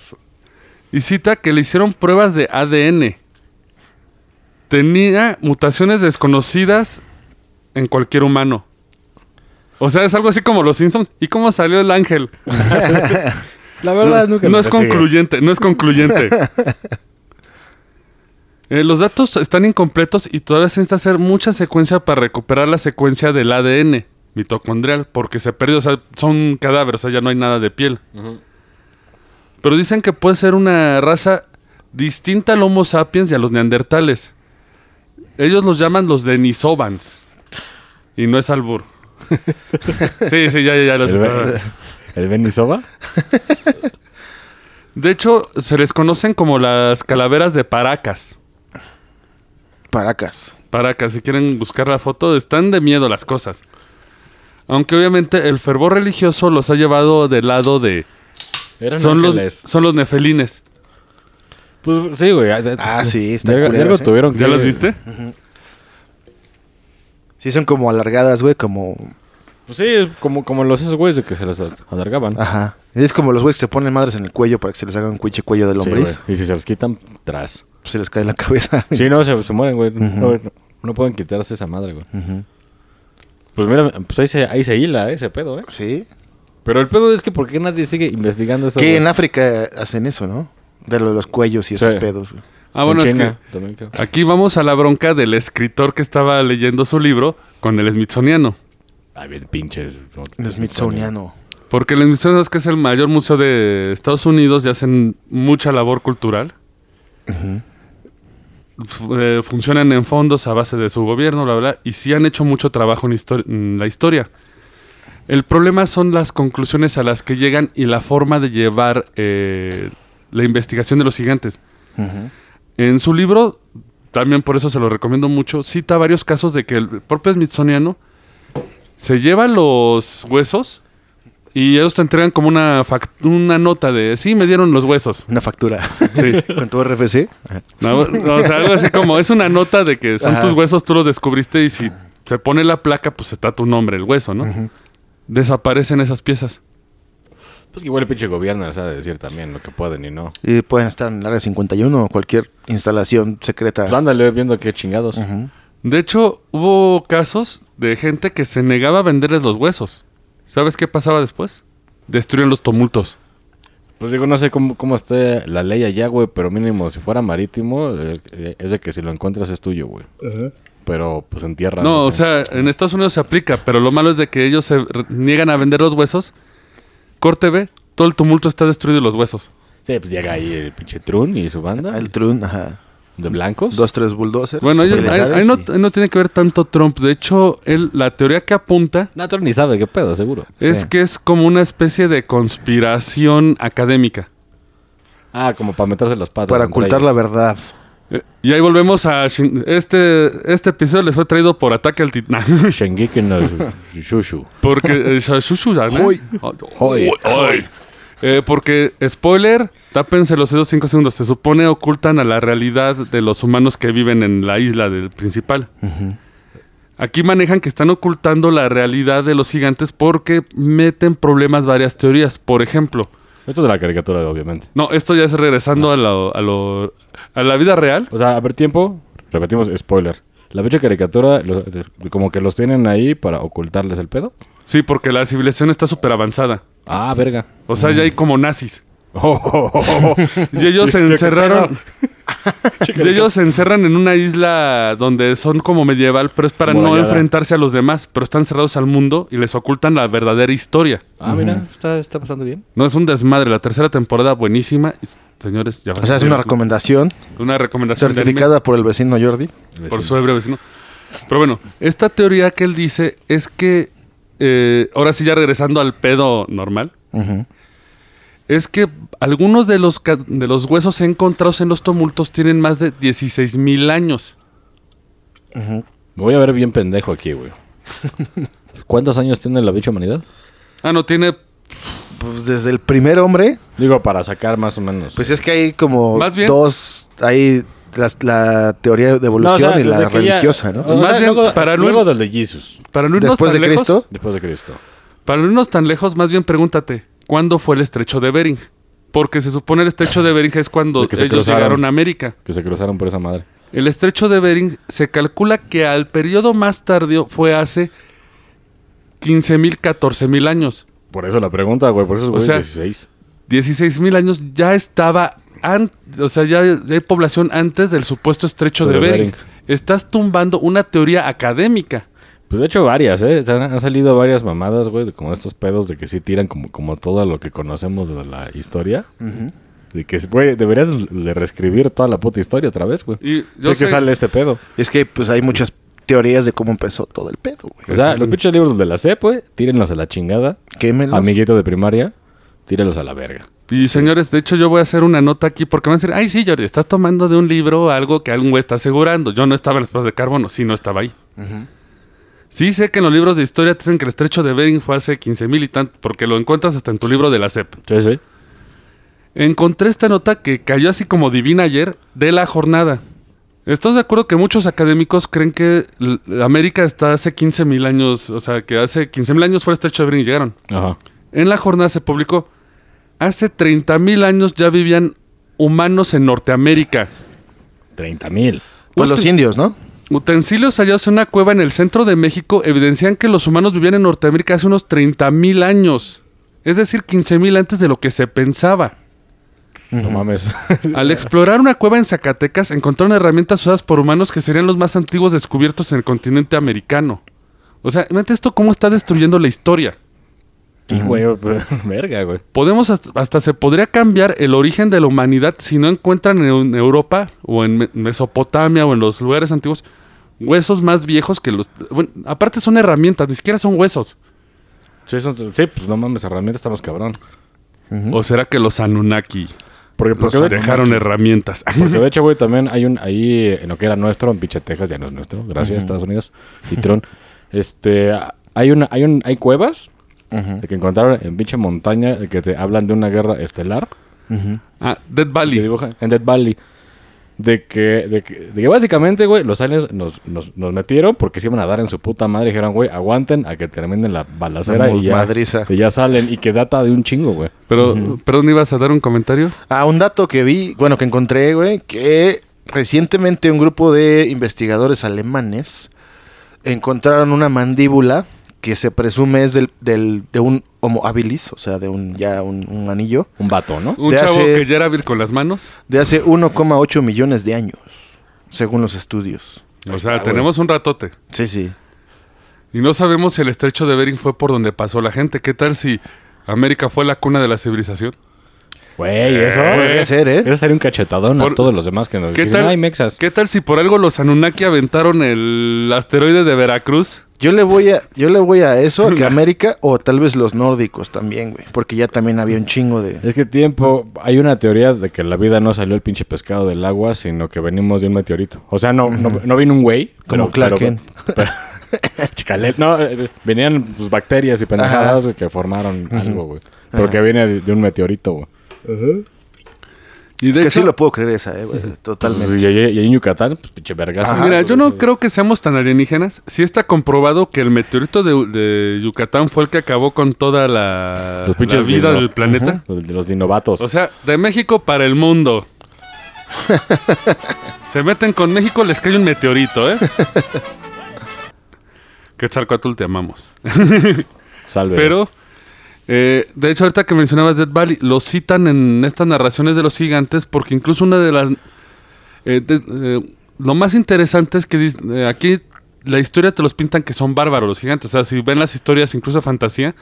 S2: y cita que le hicieron pruebas de ADN. Tenía mutaciones desconocidas en cualquier humano. O sea, es algo así como los Simpsons. ¿Y cómo salió el ángel?
S5: La verdad,
S2: no,
S5: nunca
S2: no
S5: lo
S2: es
S5: investigué.
S2: concluyente, no es
S5: *laughs*
S2: concluyente. Eh, los datos están incompletos y todavía se necesita hacer mucha secuencia para recuperar la secuencia del ADN mitocondrial, porque se perdió, o sea, son cadáveres, o sea, ya no hay nada de piel. Pero dicen que puede ser una raza distinta al Homo sapiens y a los neandertales. Ellos los llaman los Denisovans. Y no es albur.
S5: *laughs*
S2: sí, sí, ya, ya, ya los
S5: El,
S2: estaba-
S5: Ben- *laughs* el Benny Soba.
S2: De hecho, se les conocen como las calaveras de Paracas.
S3: Paracas.
S2: Paracas, si quieren buscar la foto, están de miedo las cosas. Aunque obviamente el fervor religioso los ha llevado del lado de...
S5: Eran
S2: Son los,
S5: ángeles.
S2: son los nefelines.
S5: Pues sí, güey.
S3: Ah, sí, está
S5: De algo- de
S3: culeros,
S5: algo
S3: ¿eh?
S5: tuvieron
S2: ¿Ya
S5: que-
S2: las viste?
S3: Sí, son como alargadas, güey, como...
S5: Pues sí, es como, como los esos güeyes de que se las alargaban.
S3: Ajá. Es como los güeyes que se ponen madres en el cuello para que se les haga un cuiche cuello de
S5: Sí,
S3: lombriz.
S5: güey. y si se los quitan, tras.
S3: pues se les cae en la cabeza. *laughs*
S5: Sí, no, se, se mueren, güey. No, no- no pueden quitarse esa madre, güey. Pues mira, pues ahí se, ahí se hila eh, ese pedo, ¿eh?
S3: Sí.
S5: Pero el pedo es que ¿por qué nadie sigue investigando eso?
S3: Que
S5: güey?
S3: en África hacen eso, ¿no? De lo de los cuellos y esos
S5: Sí.
S3: pedos. güey.
S2: Ah, bueno,
S5: En
S2: es que
S5: China también, creo.
S2: aquí vamos a la bronca del escritor que estaba leyendo su libro con el Smithsoniano.
S5: Ah, bien pinches. no,
S3: El Smithsoniano.
S2: Porque el Smithsoniano es que es el mayor museo de Estados Unidos y hacen mucha labor cultural. F- eh, funcionan en fondos a base de su gobierno, bla, bla, y sí han hecho mucho trabajo en, histori- en la historia. El problema son las conclusiones a las que llegan y la forma de llevar eh, la investigación de los gigantes.
S3: Ujú.
S2: En su libro, también por eso se lo recomiendo mucho, cita varios casos de que el propio Smithsoniano se lleva los huesos y ellos te entregan como una, fac- una nota de, sí, me dieron los huesos.
S3: Una factura.
S2: Sí.
S3: *laughs* Con tu RFC.
S2: No, no, o sea, algo así como, es una nota de que son
S3: Ajá.
S2: tus huesos, tú los descubriste y si se pone la placa, pues está tu nombre, el hueso, ¿no? Desaparecen esas piezas.
S5: Pues que igual el pinche gobierno les ha de decir también lo que pueden y no.
S3: Y pueden estar en el área 51 o cualquier instalación secreta.
S5: Pues ándale viendo qué chingados.
S3: Ujú.
S2: De hecho, hubo casos de gente que se negaba a venderles los huesos. ¿Sabes qué pasaba después? Destruían los tumultos.
S5: Pues digo, no sé cómo, cómo esté la ley allá, güey, pero mínimo, si fuera marítimo, eh, eh, es de que si lo encuentras es tuyo, güey. Pero pues en tierra.
S2: No, o
S5: sé.
S2: sea, en Estados Unidos se aplica, pero lo malo es de que ellos se re- niegan a vender los huesos. Corte B, todo el tumulto está destruido y los huesos.
S5: Sí, pues llega ahí el pinche Trun y su banda
S3: El Trun, ajá.
S5: de blancos.
S3: Dos, tres bulldozers.
S2: Bueno, ellos- ahí,
S3: militares
S2: ahí no,
S3: y-
S2: ahí no tiene que ver tanto Trump. De hecho, él, la teoría que apunta
S5: No, Trun ni sabe qué pedo, seguro.
S2: es que es como una especie de conspiración académica.
S5: Ah, como para meterse las patas.
S3: Para
S5: entre
S3: ocultar la
S5: ellos.
S3: verdad.
S2: Eh, Y ahí volvemos a... Shin- Este, este episodio les fue traído por ataque al titán. *laughs*
S5: Shengeki no *laughs* Shushu.
S2: Porque. eh, Shushu, ¿sabes? Ah,
S3: Hoy.
S2: Hoy. Hoy. Eh, porque, spoiler, tápense los dedos 5 segundos. Se supone ocultan a la realidad de los humanos que viven en la isla del principal. Aquí manejan que están ocultando la realidad de los gigantes porque meten problemas varias teorías. Por ejemplo,
S5: Esto es de la caricatura, obviamente.
S2: no, esto ya es regresando a, lo- a, lo- a la vida real.
S5: O sea, a ver, tiempo. Repetimos, spoiler. La pinche caricatura, lo- como que los tienen ahí para ocultarles el pedo.
S2: Sí, porque la civilización está súper avanzada.
S5: Ah,
S3: *laughs*
S5: verga. Oh,
S2: O sea, ya hay como nazis. Y ellos se encerraron. y ellos se encerran en una isla donde son como medieval, pero es para no
S5: Amurallada.
S2: enfrentarse a los demás, pero están cerrados al mundo y les ocultan la verdadera historia.
S5: Ah, mira, está, está pasando bien.
S2: No es un desmadre, la tercera temporada buenísima. Y, Señores, ya va
S3: O sea,
S2: a
S3: es
S2: ser
S3: una recomendación
S2: una recomendación de
S3: certificada por el vecino Jordi.
S2: anime por su hebreo vecino. Pero bueno, esta teoría que él dice es que eh, ahora sí ya regresando al pedo normal.
S3: Ujú.
S2: Es que algunos de los, ca- de los huesos encontrados en los tumultos tienen más de 16 mil años.
S5: Me voy a ver bien pendejo aquí, güey. ¿Cuántos años tiene la bicha humanidad?
S2: Ah, no, tiene
S3: Pues desde el primer hombre,
S5: Digo, para sacar más o menos.
S3: pues es que hay como
S2: Más bien-
S3: dos, hay las- la, teoría de evolución
S5: No, o sea,
S3: y la
S5: desde que ya-
S3: religiosa, ¿no?
S5: o
S2: Más
S5: sea,
S2: bien,
S5: luego,
S2: para luego-
S5: luego del de Jesus,
S2: Para no irnos
S3: Después
S2: tan
S3: de
S2: lejos,
S3: Cristo,
S5: después de Cristo.
S2: Para no irnos tan lejos, más bien pregúntate, ¿cuándo fue el estrecho de Bering? Porque se supone el estrecho de Bering es cuando
S5: El que
S2: ellos
S5: se cruzaron.
S2: llegaron a América.
S5: Que se cruzaron por esa madre.
S2: El estrecho de Bering se calcula que al periodo más tardío fue hace 15 mil, 14 mil años.
S5: Por eso la pregunta, güey. Por eso es güey,
S2: sea-
S5: 16.
S2: 16 mil años ya estaba, an- o sea, ya, ya hay población antes del supuesto estrecho de
S5: Pero
S2: Bering.
S5: Bering.
S2: Estás tumbando una teoría académica.
S5: Pues de hecho varias, ¿eh? O sea, han, han salido varias mamadas, güey, de como estos pedos de que sí tiran como, como todo lo que conocemos de la historia. De que, güey, deberías de reescribir toda la puta historia otra vez, güey.
S2: Y
S5: Yo sé que sale este pedo.
S3: Es que pues hay muchas teorías de cómo empezó todo el pedo, güey.
S5: O sea, los pinches libros de la CEP, güey, tírenlos a la chingada.
S3: Quémelos.
S5: Amiguito de primaria, tírenlos a la verga.
S2: Y señores, de hecho yo voy a hacer una nota aquí porque van a decir, ay sí, Jordi, estás tomando de un libro algo que algún güey está asegurando. Yo no estaba en las pruebas de carbono, sí, no estaba ahí. Sí sé que en los libros de historia te dicen que el estrecho de Bering fue hace 15.000 y tanto, porque lo encuentras hasta en tu libro de la CEP.
S5: Sí, sí.
S2: Encontré esta nota que cayó así como divina ayer de la jornada. ¿Estás de acuerdo que muchos académicos creen que l- América está hace 15.000 años, o sea, que hace 15.000 años fue el estrecho de Bering y llegaron?
S5: Ajá.
S2: En la jornada se publicó, hace 30.000 años ya vivían humanos en Norteamérica.
S5: 30 mil.
S3: Pues los
S2: Utu-
S3: indios, ¿no?
S2: Utensilios hallados en una cueva en el centro de México evidencian que los humanos vivían en Norteamérica hace unos 30.000 años. Es decir, 15.000 antes de lo que se pensaba.
S5: No *laughs* mames.
S2: Al explorar una cueva en Zacatecas, encontraron herramientas usadas por humanos que serían los más antiguos descubiertos en el continente americano. O sea, imagínate esto cómo está destruyendo la historia.
S5: Y, güey, *laughs* pero- verga, güey.
S2: Podemos hasta, hasta se podría cambiar el origen de la humanidad si no encuentran en, en Europa o en Me- Mesopotamia o en los lugares antiguos huesos más viejos que los... bueno, aparte son herramientas, ni siquiera son huesos.
S5: Sí, son- sí, pues no mames, herramientas estamos cabrón.
S2: ¿O será que los Anunnaki
S5: Porque, porque,
S2: los
S5: de-
S2: dejaron herramientas?
S5: porque de hecho, güey, también hay un. Ahí en lo que era nuestro, en pinche Texas, ya no es nuestro. Gracias, Estados Unidos.
S3: *laughs*
S5: Y Tron. Este. Hay, una, hay, un, hay cuevas de que encontraron en pinche montaña de que te hablan de una guerra estelar.
S2: *laughs* Ah, Dead
S5: que
S2: Valley.
S5: dibujan en Dead Valley. De que, de que, de que básicamente, güey, los aliens nos, nos, nos metieron porque se iban a dar en su puta madre. Dijeron, güey, aguanten a que terminen la balacera
S3: Vamos,
S5: y ya,
S3: madriza.
S5: y ya salen. Y que data de un chingo, güey.
S2: Pero, perdón, ¿ibas a dar un comentario?
S3: Ah, un dato que vi, bueno, que encontré, güey, que recientemente un grupo de investigadores alemanes encontraron una mandíbula que se presume es del, del- de un homo habilis, o sea, de un ya un, un anillo,
S5: Un vato, ¿no?
S2: Un
S3: De
S2: chavo
S3: hace-
S2: que ya era vil con las manos.
S3: de hace 1,8 millones de años, según los estudios.
S2: O sea,
S5: está, güey.
S2: tenemos un ratote.
S3: Sí, sí.
S2: Y no sabemos si el estrecho de Bering fue por donde pasó la gente. ¿Qué tal si América fue la cuna de la civilización?
S5: Güey, eso.
S3: Podría ser, ¿eh?
S5: Eso sería un cachetadón
S2: Por-
S5: a todos los demás que nos
S2: ¿Qué
S5: dicen,
S2: tal,
S5: ay, mexas.
S2: ¿Qué tal si por algo los Anunnaki aventaron el asteroide de Veracruz?
S3: Yo le voy a, yo le voy a eso, a que América o tal vez los nórdicos también, güey, porque ya también había un chingo de.
S5: Es que tiempo, hay una teoría de que la vida no salió el pinche pescado del agua, sino que venimos de un meteorito. O sea, no, no, no vino un güey.
S3: Como
S5: pero-
S3: Clark
S5: pero-
S3: Kent.
S5: pero- *laughs* Chicalel, no, eh, venían pues, bacterias y
S3: Ajá.
S5: pendejadas güey, que formaron algo, güey. Pero
S3: Ajá.
S5: que viene de, de un meteorito, güey.
S2: Y de
S3: Que
S2: hecho,
S3: sí lo puedo creer esa, eh, güey, totalmente.
S5: Pues, y, ahí- y ahí en Yucatán, pues pinche vergas.
S3: Ajá.
S2: mira, yo no creo que seamos tan alienígenas. Sí está comprobado que el meteorito de, de Yucatán fue el que acabó con toda la,
S5: Los pinches
S2: la vida
S5: dino-
S2: del planeta.
S5: Los, los dinovatos.
S2: O sea, de México para el
S3: *laughs*
S2: mundo. Se meten con México, les cae un meteorito,
S3: *laughs*
S2: ¿eh? Quetzalcoatl, te amamos.
S5: Salve.
S2: Pero, eh, de hecho, ahorita que mencionabas Dead Valley, lo citan en estas narraciones de los gigantes porque incluso una de las... eh, de- eh, lo más interesante es que dis- eh, aquí la historia te los pintan que son bárbaros los gigantes. O sea, si ven las historias, incluso fantasía,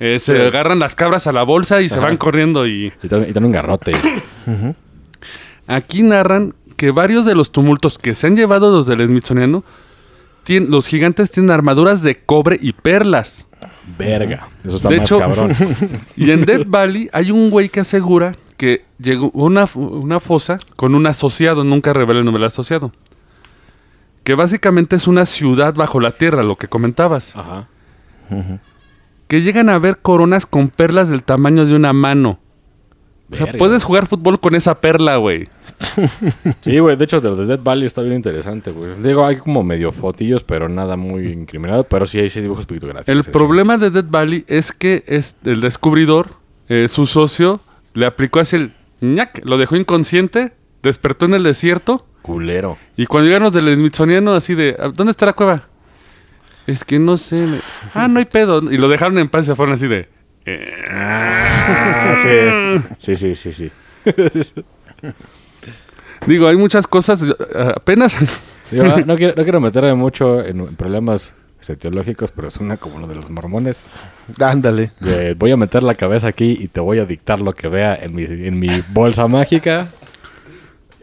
S2: eh, se agarran las cabras a la bolsa y se van corriendo y...
S5: Y también, y también un garrote.
S2: Aquí narran que varios de los tumultos que se han llevado los del Smithsoniano, tien- los gigantes tienen armaduras de cobre y perlas.
S5: Verga. Eso está
S2: De
S5: más
S2: hecho- *laughs*
S5: cabrón.
S2: Y en Death Valley hay un güey que asegura que llegó una, f- una fosa con un asociado, nunca revela el nombre del asociado. Que básicamente es una ciudad bajo la tierra, lo que comentabas.
S5: Ajá.
S2: Que llegan a ver coronas con perlas del tamaño de una mano. O sea,
S5: Verga. Ah,
S2: puedes jugar fútbol con esa perla, güey.
S5: Sí, güey. De hecho, de los de Dead Valley está bien interesante, güey. Digo, hay como medio fotillos, pero nada muy incriminado. Pero sí hay sí, dibujos pictográficos.
S2: El
S5: sí, sí.
S2: problema de Dead Valley es que es el descubridor, eh, su socio, le aplicó así el ñac, lo dejó inconsciente, despertó en el desierto
S5: Culero.
S2: y cuando llegaron los del Smithsoniano así de, "¿A- ¿dónde está la cueva? Es que no sé. me- Ah, no hay pedo. Y lo dejaron en paz y se fueron así de...
S5: Ah, *laughs* sí. Sí, sí, sí, sí.
S2: Digo, hay muchas cosas, yo- apenas... *laughs*
S5: Digo, ah, no, quiero, no quiero meterme mucho en problemas este, teológicos, pero suena como lo de los mormones.
S3: Ándale.
S5: de, voy a meter la cabeza aquí y te voy a dictar lo que vea en mi, en mi bolsa mágica.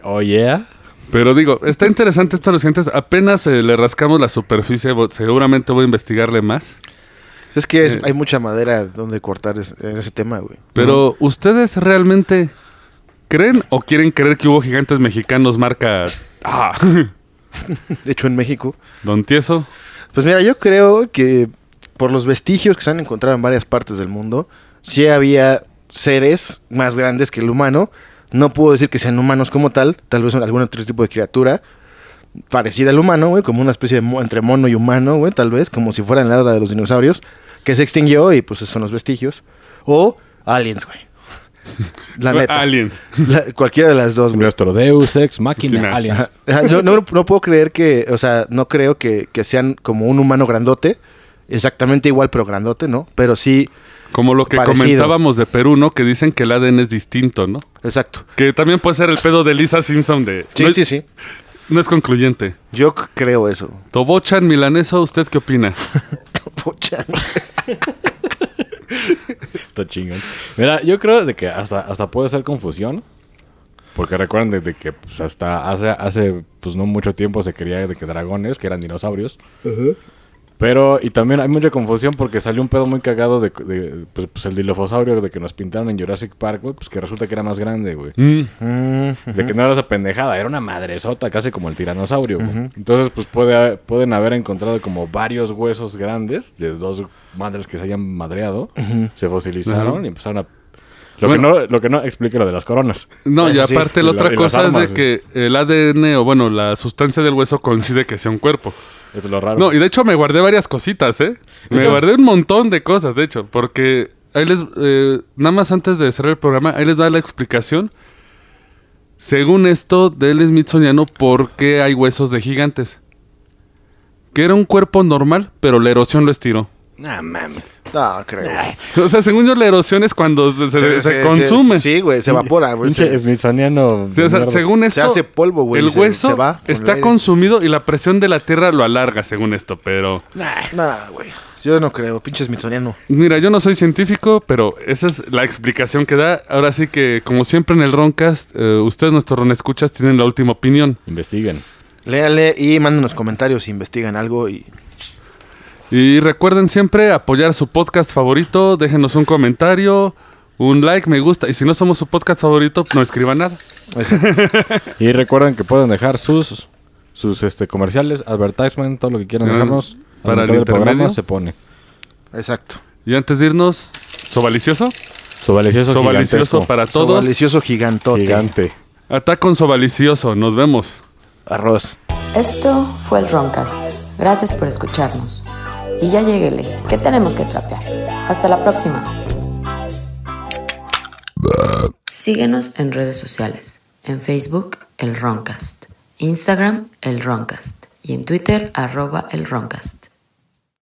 S5: Oh, yeah.
S2: Pero digo, está interesante esto a los clientes. Apenas eh, le rascamos la superficie, bo- seguramente voy a investigarle más.
S3: Es que es-
S2: Eh.
S3: hay mucha madera donde cortar es- en ese tema, güey.
S2: Pero ustedes realmente creen o quieren creer que hubo gigantes mexicanos marca ah,
S3: De hecho, en México.
S2: *laughs* Don Tieso.
S3: Pues mira, yo creo que por los vestigios que se han encontrado en varias partes del mundo, sí había seres más grandes que el humano. No puedo decir que sean humanos como tal, tal vez son algún otro tipo de criatura parecida al humano, güey, como una especie de mo- entre mono y humano, güey, tal vez, como si fuera en la era de los dinosaurios, que se extinguió y pues esos son los vestigios. O aliens, güey.
S2: *laughs*
S3: La neta.
S2: Aliens.
S3: La- cualquiera de las dos, güey.
S5: Nuestro Deus Ex Máquina
S2: Máquina.
S5: Aliens.
S3: Ajá. Ajá, No, no- no puedo creer que, o sea, no creo que, que sean como un humano grandote, exactamente igual, pero grandote, ¿no? Pero sí,
S2: Como lo que
S3: Parecido.
S2: comentábamos de Perú, ¿no? Que dicen que el ADN es distinto, ¿no?
S3: exacto.
S2: Que también puede ser el pedo de Lisa Simpson de...
S3: Sí,
S2: no, es-
S3: sí, sí.
S2: No es concluyente.
S3: Yo c- creo eso.
S2: Tobochan, milaneso, ¿usted qué opina?
S3: Pucha.
S5: Está chingón. Mira, yo creo de que hasta, hasta puede ser confusión. Porque recuerden de, de que pues, hasta hace, hace pues no mucho tiempo se creía de que dragones, que eran dinosaurios. Pero, y también hay mucha confusión porque salió un pedo muy cagado de, de, pues, pues, el dilofosaurio de que nos pintaron en Jurassic Park, güey, pues que resulta que era más grande, güey.
S2: Mm,
S3: Mm,
S5: De que no era esa pendejada, era una madresota, casi como el tiranosaurio. güey. Entonces, pues puede, pueden haber encontrado como varios huesos grandes de dos madres que se hayan madreado, se fosilizaron
S2: Ujú.
S5: y empezaron a. Lo,
S2: Bueno.
S5: que no, lo que no explica lo de las coronas.
S2: No, y
S3: Eso sí.
S2: aparte
S5: Y
S2: la
S5: la-
S2: otra
S5: y las
S2: cosa
S5: armas,
S2: es de que el ADN o bueno, la sustancia del hueso coincide que sea un cuerpo.
S5: Eso es lo raro.
S2: No, y de hecho me guardé varias cositas, ¿eh? Me guardé un montón de cosas, de hecho, porque ahí les... eh, nada más antes de cerrar el programa, ahí les da la explicación, según esto, del Smithsoniano, por qué hay huesos de gigantes. Que era un cuerpo normal, pero la erosión lo estiró.
S5: Nah, mames.
S3: no, creo.
S2: *laughs* O sea, según yo, la erosión es cuando se, se- se consume.
S3: Sí, güey, se evapora, güey.
S5: Pinche
S3: Se,
S5: smithsoniano.
S2: Pues Sí, o sea,
S5: mierda.
S2: según esto,
S3: se hace polvo, güey.
S2: el
S3: se-
S2: hueso
S3: se va con el
S2: está
S3: aire.
S2: consumido y la presión de la tierra lo alarga, según esto. Pero
S3: Nah, güey. Yo no creo, pinche smithsoniano.
S2: mira, yo no soy científico, pero esa es la explicación que da. Ahora sí que, como siempre en el Roncast, eh, ustedes, nuestros Ronescuchas, tienen la última opinión.
S5: Investiguen.
S3: Léale y mándenos comentarios si investigan algo y
S2: Y recuerden siempre apoyar su podcast favorito. Déjenos un comentario, un like, me gusta. Y si no somos su podcast favorito, no escriban nada.
S5: Y recuerden que pueden dejar sus sus este comerciales, advertisement, todo lo que quieran
S2: Ah,
S5: dejarnos.
S2: para
S5: Al
S2: el
S5: mitad del programa
S2: intermedio.
S5: se pone.
S3: exacto.
S2: Y antes de irnos, sobalicioso.
S5: Sobalicioso,
S2: Sobalicioso
S5: gigantesco.
S2: para todos.
S3: Delicioso gigantote.
S5: Gigante.
S2: Ataca con sobalicioso. Nos vemos.
S3: Arroz.
S1: Esto fue el Roncast. Gracias por escucharnos. Y ya lleguele, que tenemos que trapear. Hasta la próxima. Síguenos en redes sociales. En Facebook, El Roncast. Instagram, El Roncast. Y en Twitter, arroba El Roncast.